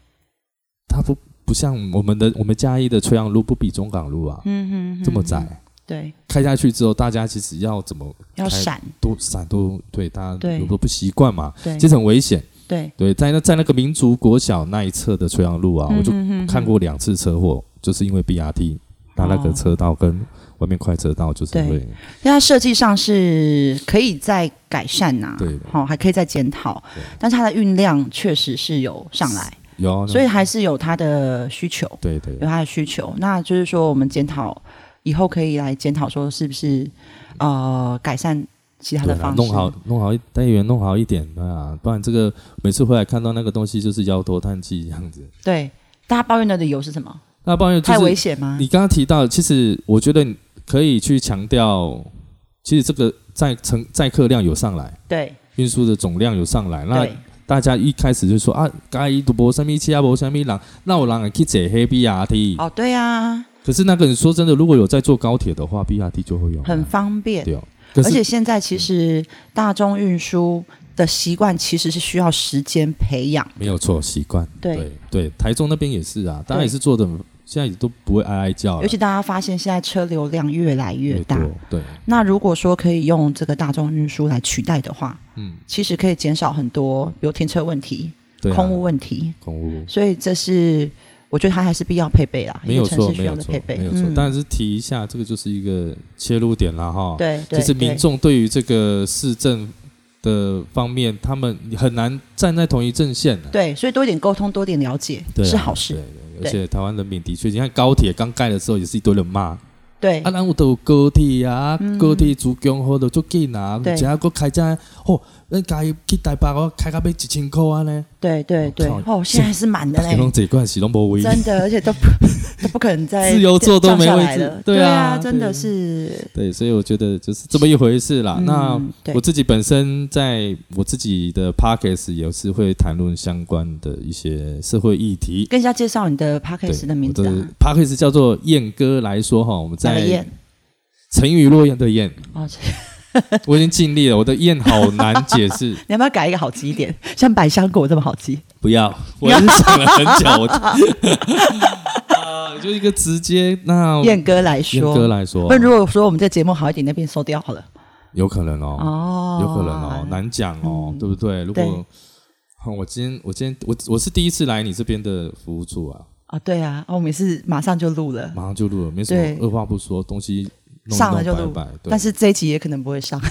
Speaker 1: 它不不像我们的我们嘉义的垂杨路不比中港路啊、
Speaker 2: 嗯哼哼
Speaker 1: 这么，窄，
Speaker 2: 对，
Speaker 1: 开下去之后，大家其实要怎么
Speaker 2: 要
Speaker 1: 开
Speaker 2: 闪，
Speaker 1: 多闪多对，大家
Speaker 2: 对
Speaker 1: 有时候不习惯嘛，
Speaker 2: 对
Speaker 1: 其实很危险。
Speaker 2: 对，
Speaker 1: 对，在那在那个民族国小那一侧的垂杨路
Speaker 2: 嗯
Speaker 1: 啊，我就看过两次车祸，就是因为 BRT 它那个车道跟外面快车道就是
Speaker 2: 哦对
Speaker 1: 会
Speaker 2: 那它设计上是可以再改善呐、
Speaker 1: 对的
Speaker 2: 好、还可以再检讨，但是它的运量确实是有上来，
Speaker 1: 有啊，
Speaker 2: 所以还是有它的需求，
Speaker 1: 对对
Speaker 2: 有它的需求。那就是说，我们检讨以后可以来检讨，说是不是呃改善其他
Speaker 1: 对
Speaker 2: 的
Speaker 1: 啊
Speaker 2: 方，式，
Speaker 1: 弄好弄好一单元弄好一点啊，不然这个每次回来看到那个东西就是摇头叹气这样子。
Speaker 2: 对。大家抱怨的理由是什么？
Speaker 1: 那抱怨就
Speaker 2: 太危
Speaker 1: 是
Speaker 2: 险吗？
Speaker 1: 你刚刚提到，其实我觉得你可以去强调，其实这个载乘载客量有上来，
Speaker 2: 对
Speaker 1: 运输的总量有上来，那
Speaker 2: 对
Speaker 1: 大家一开始就说啊，该一赌博三米七啊，博三米狼，那我狼去坐黑 BRT。
Speaker 2: 哦，对啊，
Speaker 1: 可是那个你说真的，如果有在坐高铁的话，BRT 就会有
Speaker 2: 很方便。
Speaker 1: 对哦。可
Speaker 2: 而
Speaker 1: 是
Speaker 2: 且现在其实大众运输的习惯其实是需要时间培养。
Speaker 1: 没有错，习惯
Speaker 2: 对
Speaker 1: 对对，台中那边也是啊，大家
Speaker 2: 对
Speaker 1: 也是坐的，现在也都不会哀哀叫了，
Speaker 2: 尤其大家发现现在车流量越来越大，
Speaker 1: 多对，
Speaker 2: 那如果说可以用这个大众运输来取代的话，
Speaker 1: 嗯，
Speaker 2: 其实可以减少很多，比如停车问题、
Speaker 1: 对啊，
Speaker 2: 空屋问题。
Speaker 1: 空屋。
Speaker 2: 所以这是我觉得它还是必要配备啦，
Speaker 1: 没有
Speaker 2: 一个城
Speaker 1: 错，
Speaker 2: 市需
Speaker 1: 没
Speaker 2: 要
Speaker 1: 有
Speaker 2: 的
Speaker 1: 错
Speaker 2: 配，备。嗯
Speaker 1: 没有错。但是提一下，这个就是一个切入点啦，哈。
Speaker 2: 对对，
Speaker 1: 其实民
Speaker 2: 对
Speaker 1: 众对于这个市政的方面，他们很难站在同一阵线的、
Speaker 2: 对，所以多一点沟通，多一点了解
Speaker 1: 对啊
Speaker 2: 是好事
Speaker 1: 对。而且台湾人民的确，你看高铁刚盖的时候，也是一堆人骂
Speaker 2: 对
Speaker 1: 啊，咱有都有高铁啊，高铁主江好都足紧啊，
Speaker 2: 嗯对
Speaker 1: 而且还佫开价哦，咱家去台北我开到要一千块安尼，
Speaker 2: 对对对，
Speaker 1: 啊我
Speaker 2: 哦，现在是满的
Speaker 1: 大家
Speaker 2: 嘞。
Speaker 1: 拢这罐是拢无位。
Speaker 2: 真的，而且都不 都不可能 再
Speaker 1: 自由坐都没
Speaker 2: 降下
Speaker 1: 位
Speaker 2: 来
Speaker 1: 置
Speaker 2: 了。
Speaker 1: 对啊
Speaker 2: 对真
Speaker 1: 对
Speaker 2: 的
Speaker 1: 啊
Speaker 2: 是。
Speaker 1: 对，所以我觉得就是这么一回事啦。
Speaker 2: 嗯
Speaker 1: 那
Speaker 2: 对
Speaker 1: 我自己本身在我自己的 podcast 也是会谈论相关的一些社会议题。
Speaker 2: 跟人家介绍你的 p a c
Speaker 1: 对
Speaker 2: k a g e 的名字
Speaker 1: 我
Speaker 2: 啊
Speaker 1: 的，podcast 叫做“燕哥”来说哈，我们
Speaker 2: 哪个
Speaker 1: 在
Speaker 2: 燕？
Speaker 1: 沉鱼落雁的雁，
Speaker 2: 哦， 这你
Speaker 1: 我已经尽力了，我的雁好难解释，
Speaker 2: 要不要改一个好记一点？像百香果这么好记？
Speaker 1: 不要，我已经想了很久，我 啊，就一个直接那
Speaker 2: 燕哥来
Speaker 1: 哦燕
Speaker 2: 说，
Speaker 1: 哥来说啊
Speaker 2: 不然，如果说我们这节目好一点，那边收掉好了。
Speaker 1: 有可能哦，
Speaker 2: 哦，嗯
Speaker 1: 有可能哦，。难讲哦，对不对？如
Speaker 2: 对
Speaker 1: 果哼我今天我今天我我是第一次来你这边的服务处啊，
Speaker 2: 啊，对啊，哦我们也是马上就录了，
Speaker 1: 马上就录了，没什
Speaker 2: 嗯对
Speaker 1: 么二话不说，东西弄一
Speaker 2: 上了
Speaker 1: 弄摆
Speaker 2: 就录
Speaker 1: 一摆，对哎
Speaker 2: 但是这一集也可能不会上。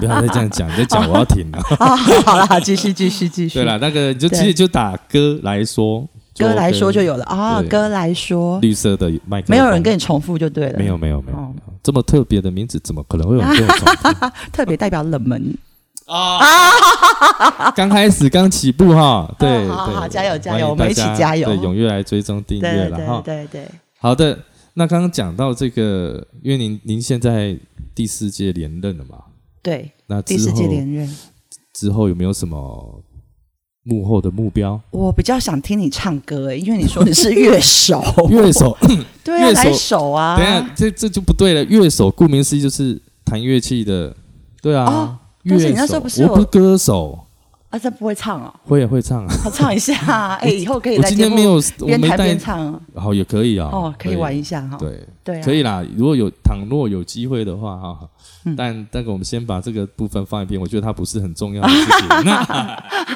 Speaker 1: 不要再这样讲，再讲我要停了。
Speaker 2: 啊，好啦，继续，继续，继续。
Speaker 1: 对了，那个你就
Speaker 2: 对
Speaker 1: 其实就打歌来说，
Speaker 2: 哥来说就
Speaker 1: 跟
Speaker 2: 有了啊，
Speaker 1: 对
Speaker 2: 哥来说，
Speaker 1: 绿色的麦克风，
Speaker 2: 没有人跟你重复就对了。
Speaker 1: 没有没有没有
Speaker 2: 哦
Speaker 1: 没有这么特别的名字，怎么可能会有人跟我重复
Speaker 2: 特别代表冷门。
Speaker 1: 啊？刚开始刚起步哈，对对，
Speaker 2: 哦好好好加油加油
Speaker 1: 欢迎
Speaker 2: 我们一起
Speaker 1: 大家
Speaker 2: 加油
Speaker 1: 对，踊跃来追踪订阅了哈。
Speaker 2: 对对，
Speaker 1: 好的，那刚刚讲到这个，因为您您现在第四届连任了嘛，
Speaker 2: 对，
Speaker 1: 那
Speaker 2: 第
Speaker 1: 之
Speaker 2: 四
Speaker 1: 后
Speaker 2: 届连任，
Speaker 1: 之后有没有什么幕后的目标？
Speaker 2: 我比较想听你唱歌、欸，因为你说你是乐 手，
Speaker 1: 乐手，
Speaker 2: 对啊，
Speaker 1: 乐手
Speaker 2: 来手啊，
Speaker 1: 等一下这这就不对了。乐手顾名思义就是弹乐器的，对啊。
Speaker 2: 哦
Speaker 1: 乐
Speaker 2: 但
Speaker 1: 手，
Speaker 2: 是你那时候不是
Speaker 1: 我
Speaker 2: 有
Speaker 1: 不是歌手，
Speaker 2: 啊，这不会唱哦，
Speaker 1: 会会唱啊。
Speaker 2: 好唱一下、啊，哎、以后可以
Speaker 1: 我
Speaker 2: 来
Speaker 1: 今
Speaker 2: 节
Speaker 1: 天
Speaker 2: 目
Speaker 1: 没有，我
Speaker 2: 边
Speaker 1: 没
Speaker 2: 弹
Speaker 1: 带
Speaker 2: 边，唱啊，
Speaker 1: 好也可以啊。
Speaker 2: 哦，可以玩一下哈、
Speaker 1: 对，
Speaker 2: 对啊，
Speaker 1: 可以啦。如果有倘若有机会的话哈，
Speaker 2: 嗯
Speaker 1: 但但我们先把这个部分放一边，我觉得它不是很重要的事 情。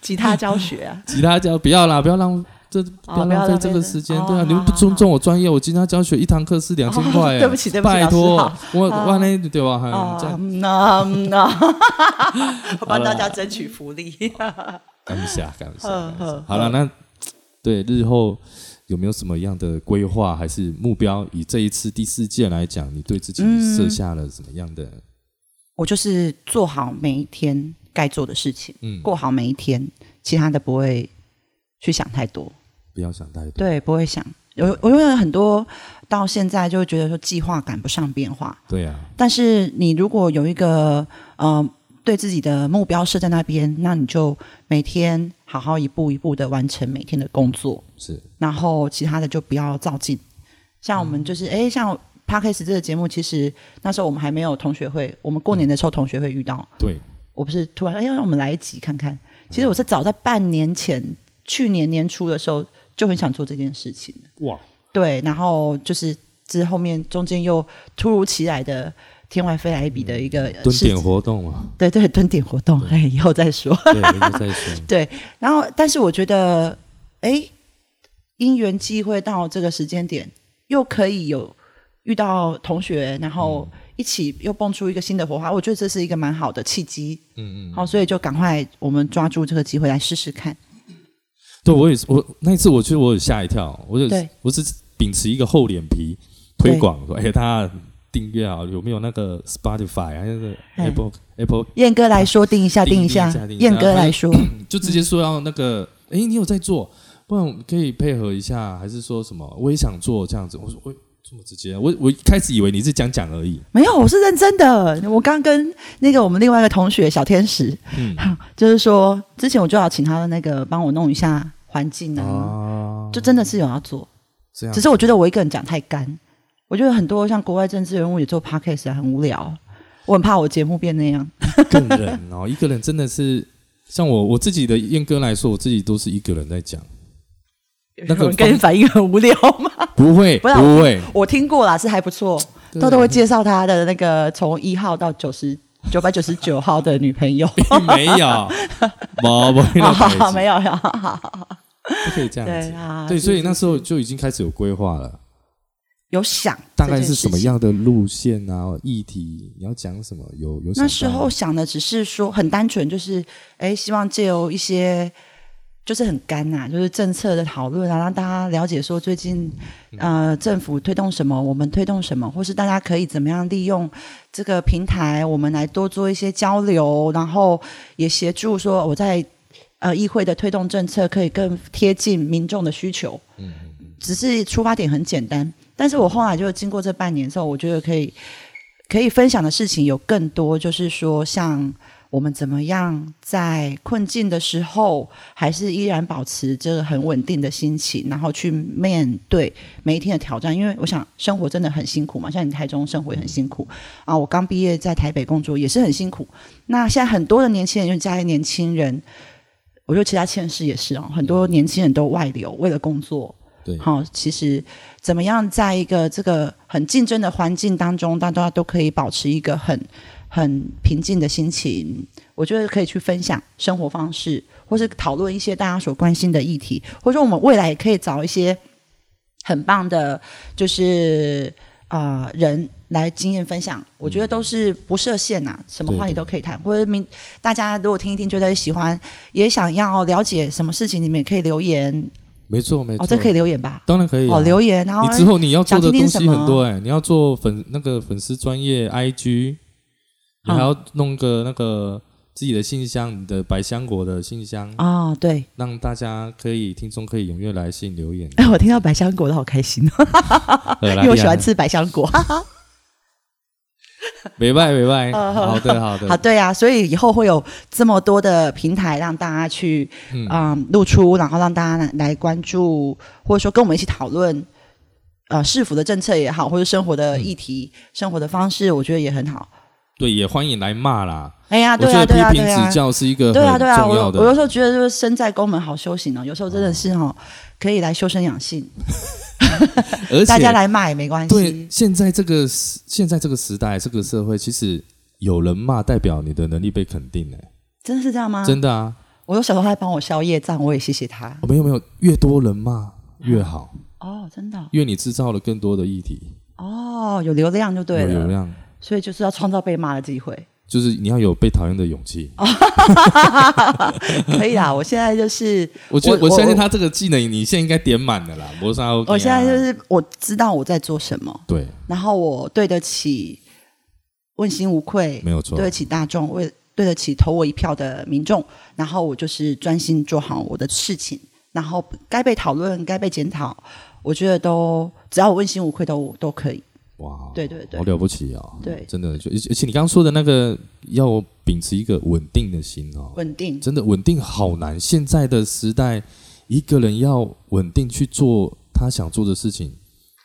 Speaker 2: 吉他教学 啊，
Speaker 1: 吉他教不要啦，不要浪这不要
Speaker 2: 哦不要
Speaker 1: 浪费
Speaker 2: 浪
Speaker 1: 这
Speaker 2: 费
Speaker 1: 个
Speaker 2: 这
Speaker 1: 时间，
Speaker 2: 哦
Speaker 1: 对啊，
Speaker 2: 好
Speaker 1: 你们不尊重我专业，我吉他教学一堂课是两千
Speaker 2: 哦
Speaker 1: 块耶，
Speaker 2: 对不起对不起
Speaker 1: 拜托
Speaker 2: 老师，
Speaker 1: 我
Speaker 2: 好
Speaker 1: 我那对吧？哈
Speaker 2: 啊
Speaker 1: 这样
Speaker 2: 嗯啊嗯 啊，我帮大家争取福利。
Speaker 1: 感谢感谢，
Speaker 2: 呵
Speaker 1: 感谢
Speaker 2: 呵
Speaker 1: 好了，那对日后有没有什么样的规划还是目标？以这一次第四届来讲，你对自己
Speaker 2: 嗯
Speaker 1: 设下了什么样的？
Speaker 2: 我就是做好每一天该做的事情，
Speaker 1: 嗯，
Speaker 2: 过好每一天，其他的不会去想太多。
Speaker 1: 不要想太多，
Speaker 2: 对，不会想。有我有很多到现在就会觉得说计划赶不上变化，
Speaker 1: 对啊，
Speaker 2: 但是你如果有一个呃对自己的目标设在那边，那你就每天好好一步一步的完成每天的工作，
Speaker 1: 是
Speaker 2: 然后其他的就不要照进。像我们就是
Speaker 1: 嗯
Speaker 2: 哎、诶像 p a d k a s 这个节目，其实那时候我们还没有同学会，我们过年的时候同学会遇到，
Speaker 1: 对，
Speaker 2: 我不是突然哎，让我们来一集看看。其实我是早在半年前，去年年初的时候就很想做这件事情。
Speaker 1: 哇，
Speaker 2: 对，然后就是之后面中间又突如其来的天外飞来一笔的一个
Speaker 1: 蹲
Speaker 2: 事
Speaker 1: 点
Speaker 2: 情，
Speaker 1: 活动 嘛，
Speaker 2: 对对，蹲点活动，哎，以后再说。
Speaker 1: 对，我就在说，
Speaker 2: 对，然后但是我觉得，哎，因缘际会到这个时间点，又可以有遇到同学，然后
Speaker 1: 嗯
Speaker 2: 一起又蹦出一个新的火花，我觉得这是一个蛮好的契机。
Speaker 1: 嗯嗯，
Speaker 2: 好，所以就赶快我们抓住这个机会来试试看。
Speaker 1: 对我也是，我那一次我觉得我有吓一跳，我有
Speaker 2: 对
Speaker 1: 我只是秉持一个厚脸皮推广说，哎，大家订阅啊，有没有那个 Spotify 啊还有那个
Speaker 2: 哎
Speaker 1: Apple Apple，
Speaker 2: 燕哥来说，定一下，定一下
Speaker 1: 定一下定，一下
Speaker 2: 燕哥来 说，
Speaker 1: 嗯就直接说要那个，
Speaker 2: 嗯
Speaker 1: 哎，你有在做，不然我们可以配合一下，还是说什么我也想做这样子，我说我。这么直接，啊我我一开始以为你是讲讲而已，
Speaker 2: 没有，我是认真的。我刚跟那个我们另外一个同学小天使，
Speaker 1: 嗯
Speaker 2: 就是说之前我就要请他的那个帮我弄一下环境啊，
Speaker 1: 啊，
Speaker 2: 就真的是有要做。
Speaker 1: 这样
Speaker 2: 只，是我觉得我一个人讲太干，我觉得很多像国外政治人物也做 podcast 啊很无聊，我很怕我节目变那样。
Speaker 1: 个人哦，一个人真的是像我我自己的燕哥来说，我自己都是一个人在讲，那个
Speaker 2: 有人跟你反应很无聊吗？
Speaker 1: 不会
Speaker 2: 不是
Speaker 1: 不会，
Speaker 2: 我听过啦，是还不错。
Speaker 1: 对
Speaker 2: 豆豆会介绍他的那个从一号到九十九百九十九号的女朋友。
Speaker 1: 没 有，没没那回事
Speaker 2: 啊， 没有，没有好好好
Speaker 1: 不可以这样
Speaker 2: 对
Speaker 1: 子。
Speaker 2: 啊，
Speaker 1: 对，
Speaker 2: 是
Speaker 1: 所以那时候就已经开始有规划了，
Speaker 2: 有想
Speaker 1: 大概是什么
Speaker 2: 这件事情
Speaker 1: 样的路线啊、议题，你要讲什么？有有想
Speaker 2: 那时
Speaker 1: 到吗
Speaker 2: 候想的只是说很单纯，就是哎，希望借由一些就是很干呐、就是政策的讨论啊，让大家了解说最近
Speaker 1: 嗯
Speaker 2: 呃政府推动什么，我们推动什么，或是大家可以怎么样利用这个平台，我们来多做一些交流，然后也协助说我在呃议会的推动政策可以更贴近民众的需求。
Speaker 1: 嗯
Speaker 2: 只是出发点很简单，但是我后来就经过这半年之后，我觉得可以可以分享的事情有更多，就是说像我们怎么样在困境的时候，还是依然保持这个很稳定的心情，然后去面对每一天的挑战。因为我想生活真的很辛苦嘛，像你台中生活也很辛苦啊，我刚毕业在台北工作也是很辛苦。那现在很多的年轻人，就加在年轻人。我觉得其他县市也是哦，很多年轻人都外流，为了工作，
Speaker 1: 对
Speaker 2: 好、其实怎么样在一个这个很竞争的环境当中，大家都可以保持一个很很平静的心情，我觉得可以去分享生活方式，或是讨论一些大家所关心的议题，或者说我们未来也可以找一些很棒的，就是啊、呃人来经验分享，我觉得都是不设限呐、什么
Speaker 1: 嗯
Speaker 2: 话
Speaker 1: 对
Speaker 2: 题
Speaker 1: 对
Speaker 2: 都可以谈，或者明大家如果听一听觉得喜欢，也想要了解什么事情，你们也可以留言
Speaker 1: 没错没错，
Speaker 2: 哦，这可以
Speaker 1: 以，
Speaker 2: 留言吧。
Speaker 1: 当然可以啊
Speaker 2: 哦，留言，然后
Speaker 1: 你之后你要做的
Speaker 2: 想
Speaker 1: 东
Speaker 2: 听听
Speaker 1: 西
Speaker 2: 什么
Speaker 1: 很多哎，你要做粉那个粉丝专业 IG，你还要弄个那个自己的信箱，你的百香果的信箱，
Speaker 2: 啊、对，
Speaker 1: 让大家可以听众可以踊跃来信留言。
Speaker 2: 哎，我听到百香果都好开心哦，
Speaker 1: 因
Speaker 2: 因为我喜欢吃百香果。
Speaker 1: 没拜没拜，
Speaker 2: 呃
Speaker 1: 好的好
Speaker 2: 好，
Speaker 1: 的，
Speaker 2: 对 啊，所以以后会有这么多的平台让大家去
Speaker 1: 嗯
Speaker 2: 啊、嗯露出，然后让大家来来关注，或者说跟我们一起讨论。呃，市府的政策也好，或者生
Speaker 1: 嗯
Speaker 2: 活的议题、生活的方式，我觉得也很好。
Speaker 1: 对，也欢迎来骂啦。
Speaker 2: 哎呀，
Speaker 1: 我
Speaker 2: 对
Speaker 1: 觉
Speaker 2: 啊，
Speaker 1: 得
Speaker 2: 对啊，
Speaker 1: 批评
Speaker 2: 对啊
Speaker 1: 指，教是一个
Speaker 2: 对啊，
Speaker 1: 很
Speaker 2: 对啊。
Speaker 1: 重
Speaker 2: 我
Speaker 1: 要
Speaker 2: 我有
Speaker 1: 的，
Speaker 2: 时候觉得就是身在宫门好修行哦，有时候真的是哦，可以来修身养性，
Speaker 1: 而
Speaker 2: 大家
Speaker 1: 且
Speaker 2: 来骂也没关
Speaker 1: 对
Speaker 2: 系。
Speaker 1: 现在这个时现在这个时代这个社会，其实有人骂代表你的能力被肯定哎，
Speaker 2: 真的是这样吗？
Speaker 1: 真的啊，
Speaker 2: 我有小时候他帮我消业障，我也谢谢他。
Speaker 1: 哦没有没有，越多人骂越好，
Speaker 2: 哦，真的哦
Speaker 1: 因为你制造了更多的议题，
Speaker 2: 哦，有流量就对
Speaker 1: 有
Speaker 2: 了，
Speaker 1: 流量，
Speaker 2: 所以就是要创造被骂的机会。
Speaker 1: 就是你要有被讨厌的勇气。
Speaker 2: 哦可 以啦，我现在就是，
Speaker 1: 我觉得
Speaker 2: 我
Speaker 1: 我相信
Speaker 2: 我
Speaker 1: 他这个技能，你现在应该点满了啦，磨砂 OK 啊。
Speaker 2: 我现在就是我知道我在做什么，
Speaker 1: 对，
Speaker 2: 然后我对得起，问心无愧，
Speaker 1: 没有错
Speaker 2: 对，得起大众，为对得起投我一票的民众，然后我就是专心做好我的事情，然后该被讨论、该被检讨，我觉得都只要我问心无愧都都可以。
Speaker 1: 哇，
Speaker 2: 对对对
Speaker 1: 好了不起哦。
Speaker 2: 对
Speaker 1: 真的就而且而且你刚刚说的那个要秉持一个稳定的心哦，
Speaker 2: 稳定，
Speaker 1: 真的稳定好难。现在的时代，一个人要稳定去做他想做的事情，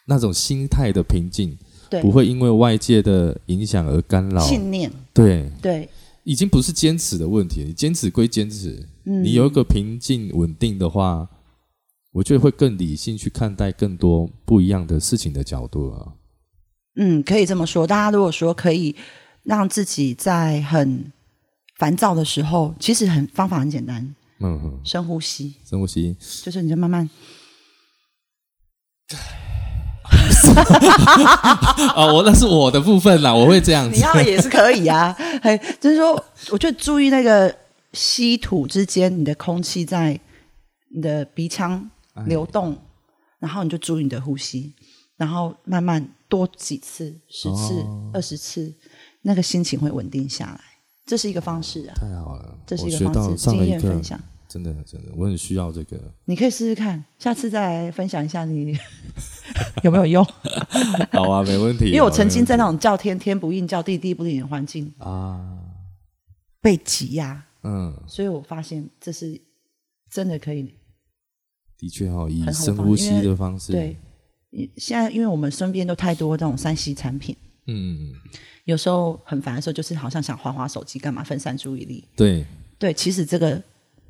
Speaker 1: 那种心态的平静，
Speaker 2: 对
Speaker 1: 不会因为外界的哦影响而干扰。
Speaker 2: 信念，
Speaker 1: 对，
Speaker 2: 对，
Speaker 1: 已经不是坚持的问题，你坚持归坚持，
Speaker 2: 嗯，
Speaker 1: 你有一个平静稳定的话，我觉得会更理性去看待更多不一样的事情的角度啊。
Speaker 2: 嗯，可以这么说。大家如果说可以让自己在很烦躁的时候，其实很方法很简单，
Speaker 1: 嗯哼，
Speaker 2: 深呼吸，
Speaker 1: 深呼吸，
Speaker 2: 就是你就慢慢
Speaker 1: 啊，我那是我的部分啦，我会这样
Speaker 2: 你
Speaker 1: 子，
Speaker 2: 要也是可以 啊。嘿，就是说，我就注意那个吸吐之间，你的空气在你的鼻腔流动，然后你就注意你的呼吸，然后慢慢多几次，十次
Speaker 1: 哦、
Speaker 2: 二十、次，那个心情会稳定下来。这是一个方式啊，
Speaker 1: 太好了，
Speaker 2: 这是
Speaker 1: 我
Speaker 2: 一
Speaker 1: 学
Speaker 2: 个
Speaker 1: 到
Speaker 2: 方式，
Speaker 1: 上了
Speaker 2: 经
Speaker 1: 一
Speaker 2: 验
Speaker 1: 课
Speaker 2: 分，享，
Speaker 1: 真的真的，我很需要这个。
Speaker 2: 你可以试试看，下次再来分享一下你 有没有 用。
Speaker 1: 好 啊，没问题。
Speaker 2: 因为我曾经在那
Speaker 1: 好
Speaker 2: 种叫天天不应、叫地地不灵的环境
Speaker 1: 没问题啊，
Speaker 2: 被挤压，
Speaker 1: 嗯，
Speaker 2: 所以我发现这是真的可以
Speaker 1: 的确哈、哦，以
Speaker 2: 很好的
Speaker 1: 深
Speaker 2: 方
Speaker 1: 呼
Speaker 2: 式
Speaker 1: 吸
Speaker 2: 因为
Speaker 1: 的方式，
Speaker 2: 对，。你现在因为我们身边都太多这种三 C 产品，
Speaker 1: 嗯，嗯嗯
Speaker 2: 有时候很烦的时候，就是好像想划划手机干嘛，分散注意力。
Speaker 1: 对，
Speaker 2: 对，其实这个，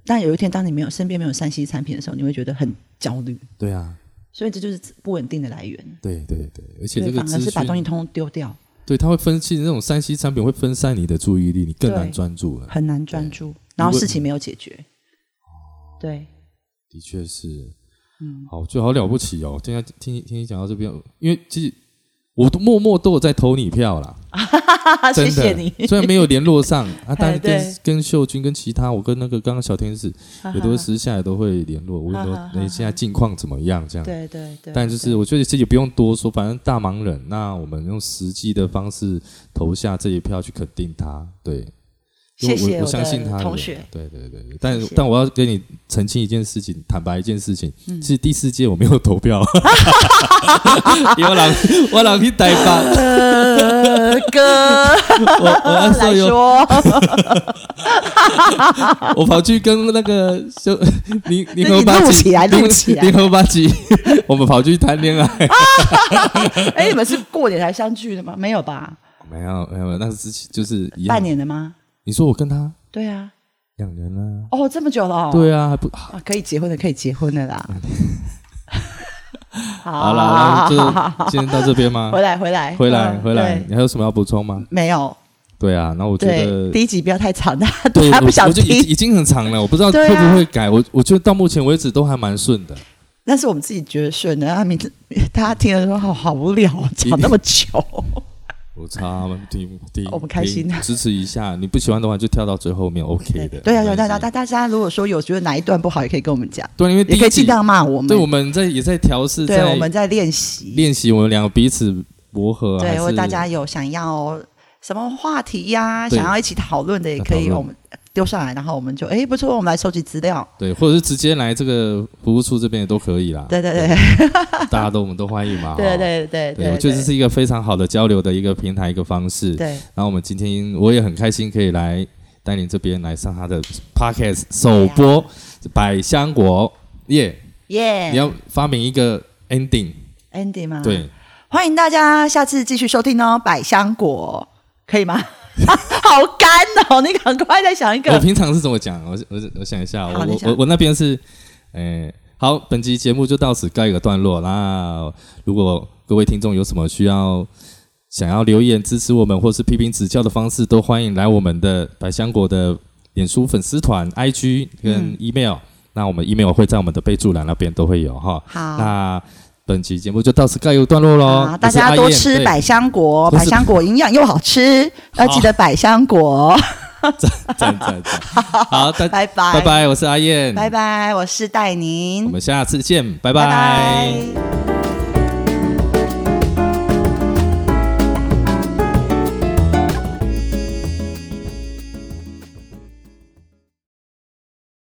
Speaker 2: 但有一天当你没有身边没有三 C 产品的时候，你会觉得很焦虑，
Speaker 1: 对啊，
Speaker 2: 所以这就是不稳定的来源。
Speaker 1: 对对对，而且
Speaker 2: 对，
Speaker 1: 这个
Speaker 2: 反而
Speaker 1: 资
Speaker 2: 是把东西
Speaker 1: 讯，
Speaker 2: 通通丢掉，
Speaker 1: 对，它会分析那种三 C 产品会分散你的注意力，你更难
Speaker 2: 对
Speaker 1: 专注啊了。
Speaker 2: 很难专注，然后事情没有解决。对，
Speaker 1: 的确是，
Speaker 2: 嗯，
Speaker 1: 好，就好了不起哦！今天听你听你讲到这边，因为其实我都默默都有在投你票啦，真的。
Speaker 2: 谢 谢你。哎
Speaker 1: 虽然没有联络 上啊，但是跟
Speaker 2: 对啊
Speaker 1: 跟秀君、跟其他，我跟那个刚刚小天使，也都私下也都会联络，我问
Speaker 2: 哈
Speaker 1: 说
Speaker 2: 啊哈
Speaker 1: 你现在近况怎么样这样。
Speaker 2: 对对对，
Speaker 1: 但就是我觉得自己不用多说，反正大忙人，那我们用实际的方式投下这一票去肯定他，对。因为
Speaker 2: 谢谢
Speaker 1: 我
Speaker 2: 我
Speaker 1: 相信
Speaker 2: 的
Speaker 1: 他的
Speaker 2: 同学
Speaker 1: 对对对对，但
Speaker 2: 谢谢
Speaker 1: 但我要跟你澄清一件事情，坦白一件事情，
Speaker 2: 嗯
Speaker 1: 其实第四届我没有投 票，有人我人去台北，
Speaker 2: 呃，哥
Speaker 1: 我我 那时候
Speaker 2: 来
Speaker 1: 有
Speaker 2: 说，
Speaker 1: 我跑去跟那个就零零
Speaker 2: 那
Speaker 1: 和
Speaker 2: 你
Speaker 1: 八
Speaker 2: 录
Speaker 1: 级
Speaker 2: 起来录起来
Speaker 1: 零和八级，我们跑去谈恋爱，
Speaker 2: 哎，你们是过年才相聚的吗？没有吧？
Speaker 1: 没有没有，那是之前就是一样
Speaker 2: 半。年了吗？
Speaker 1: 你说我跟他
Speaker 2: 对啊，
Speaker 1: 两年了，
Speaker 2: 哦，这么久了、哦，
Speaker 1: 对啊，还不
Speaker 2: 啊，可以结婚的，可以结婚的啦。
Speaker 1: 好
Speaker 2: 好
Speaker 1: 啦，
Speaker 2: 好好
Speaker 1: 那就今天到这边吗？
Speaker 2: 回来，回来，
Speaker 1: 回来，
Speaker 2: 嗯
Speaker 1: 回来，
Speaker 2: 对
Speaker 1: 你还有什么要补充吗？
Speaker 2: 没有，
Speaker 1: 对啊，那我觉
Speaker 2: 对，
Speaker 1: 得，
Speaker 2: 第一集不要太长，大家
Speaker 1: 对，
Speaker 2: 大家不想
Speaker 1: 我就已
Speaker 2: 听，
Speaker 1: 已经很长了，我不知道
Speaker 2: 对
Speaker 1: 会
Speaker 2: 啊
Speaker 1: 不会改。我我觉得到目前为止都还蛮顺的，
Speaker 2: 但是我们自己觉得顺的。阿明， 大家听了说好好 无聊哦，讲那么久，
Speaker 1: 我差听听，
Speaker 2: 我们开心
Speaker 1: 听支持一下。你不喜欢的话就跳到最后面，OK 的。
Speaker 2: 对啊，
Speaker 1: 没
Speaker 2: 有
Speaker 1: 关系
Speaker 2: 大家大大家如果说有觉得哪一段不好，也可以跟我们讲，
Speaker 1: 对，因为第
Speaker 2: 也可
Speaker 1: 一
Speaker 2: 以尽
Speaker 1: 季，
Speaker 2: 量骂我们
Speaker 1: 对，我，们在也在调试，
Speaker 2: 对，我
Speaker 1: 在
Speaker 2: 们在练习，
Speaker 1: 练习我们两个彼此磨合，还
Speaker 2: 对，或
Speaker 1: 是
Speaker 2: 者大家有想要什么话题呀、
Speaker 1: 对
Speaker 2: 想要一起讨论的，也可以
Speaker 1: 讨论啊
Speaker 2: 我们丢上来，然后我们就哎，不错，我们来收集资料。
Speaker 1: 对，或者是直接来这个服务处这边也都可以啦。
Speaker 2: 对对对
Speaker 1: 大家都我们都欢迎 嘛。
Speaker 2: 对
Speaker 1: 哈
Speaker 2: 对对
Speaker 1: 对，我觉得这是一个非常好的交流的一个平台，一个方式。
Speaker 2: 对
Speaker 1: 然后我们今天我也很开心可以来丹宁这边来上他的 podcast 首播《
Speaker 2: 啊
Speaker 1: 百香果》耶、你
Speaker 2: 耶
Speaker 1: 要发明一个 ending，、
Speaker 2: ，Andy 吗？，
Speaker 1: 对，
Speaker 2: 欢迎大家下次继续收听哦，百香果可以吗？ 好干哦，你赶快再想一
Speaker 1: 我
Speaker 2: 个。
Speaker 1: 平常是怎么讲？我我我想一下，我
Speaker 2: 好你
Speaker 1: 我
Speaker 2: 想
Speaker 1: 我我那边是，诶、好，本集节目就到此告一个段落。那如果各位听众有什么需要想要留言支持我们，或是批评指教的方式，都欢迎来我们的百香果的脸书粉丝团、IG
Speaker 2: 嗯
Speaker 1: 跟 email、那我们 email 会在我们的备注栏那边都会有哈。
Speaker 2: 好，
Speaker 1: 那本集节目就到此告一个段落喽
Speaker 2: 好，。啊大家多吃
Speaker 1: 百。
Speaker 2: 百香果，
Speaker 1: 不是
Speaker 2: 百香果营养又好吃，要记得百香果。
Speaker 1: 赞赞 赞。好，大
Speaker 2: 拜拜
Speaker 1: 哦拜拜，我是阿燕，
Speaker 2: 拜，拜，我是戴宁
Speaker 1: 我，们下次见，拜
Speaker 2: 拜拜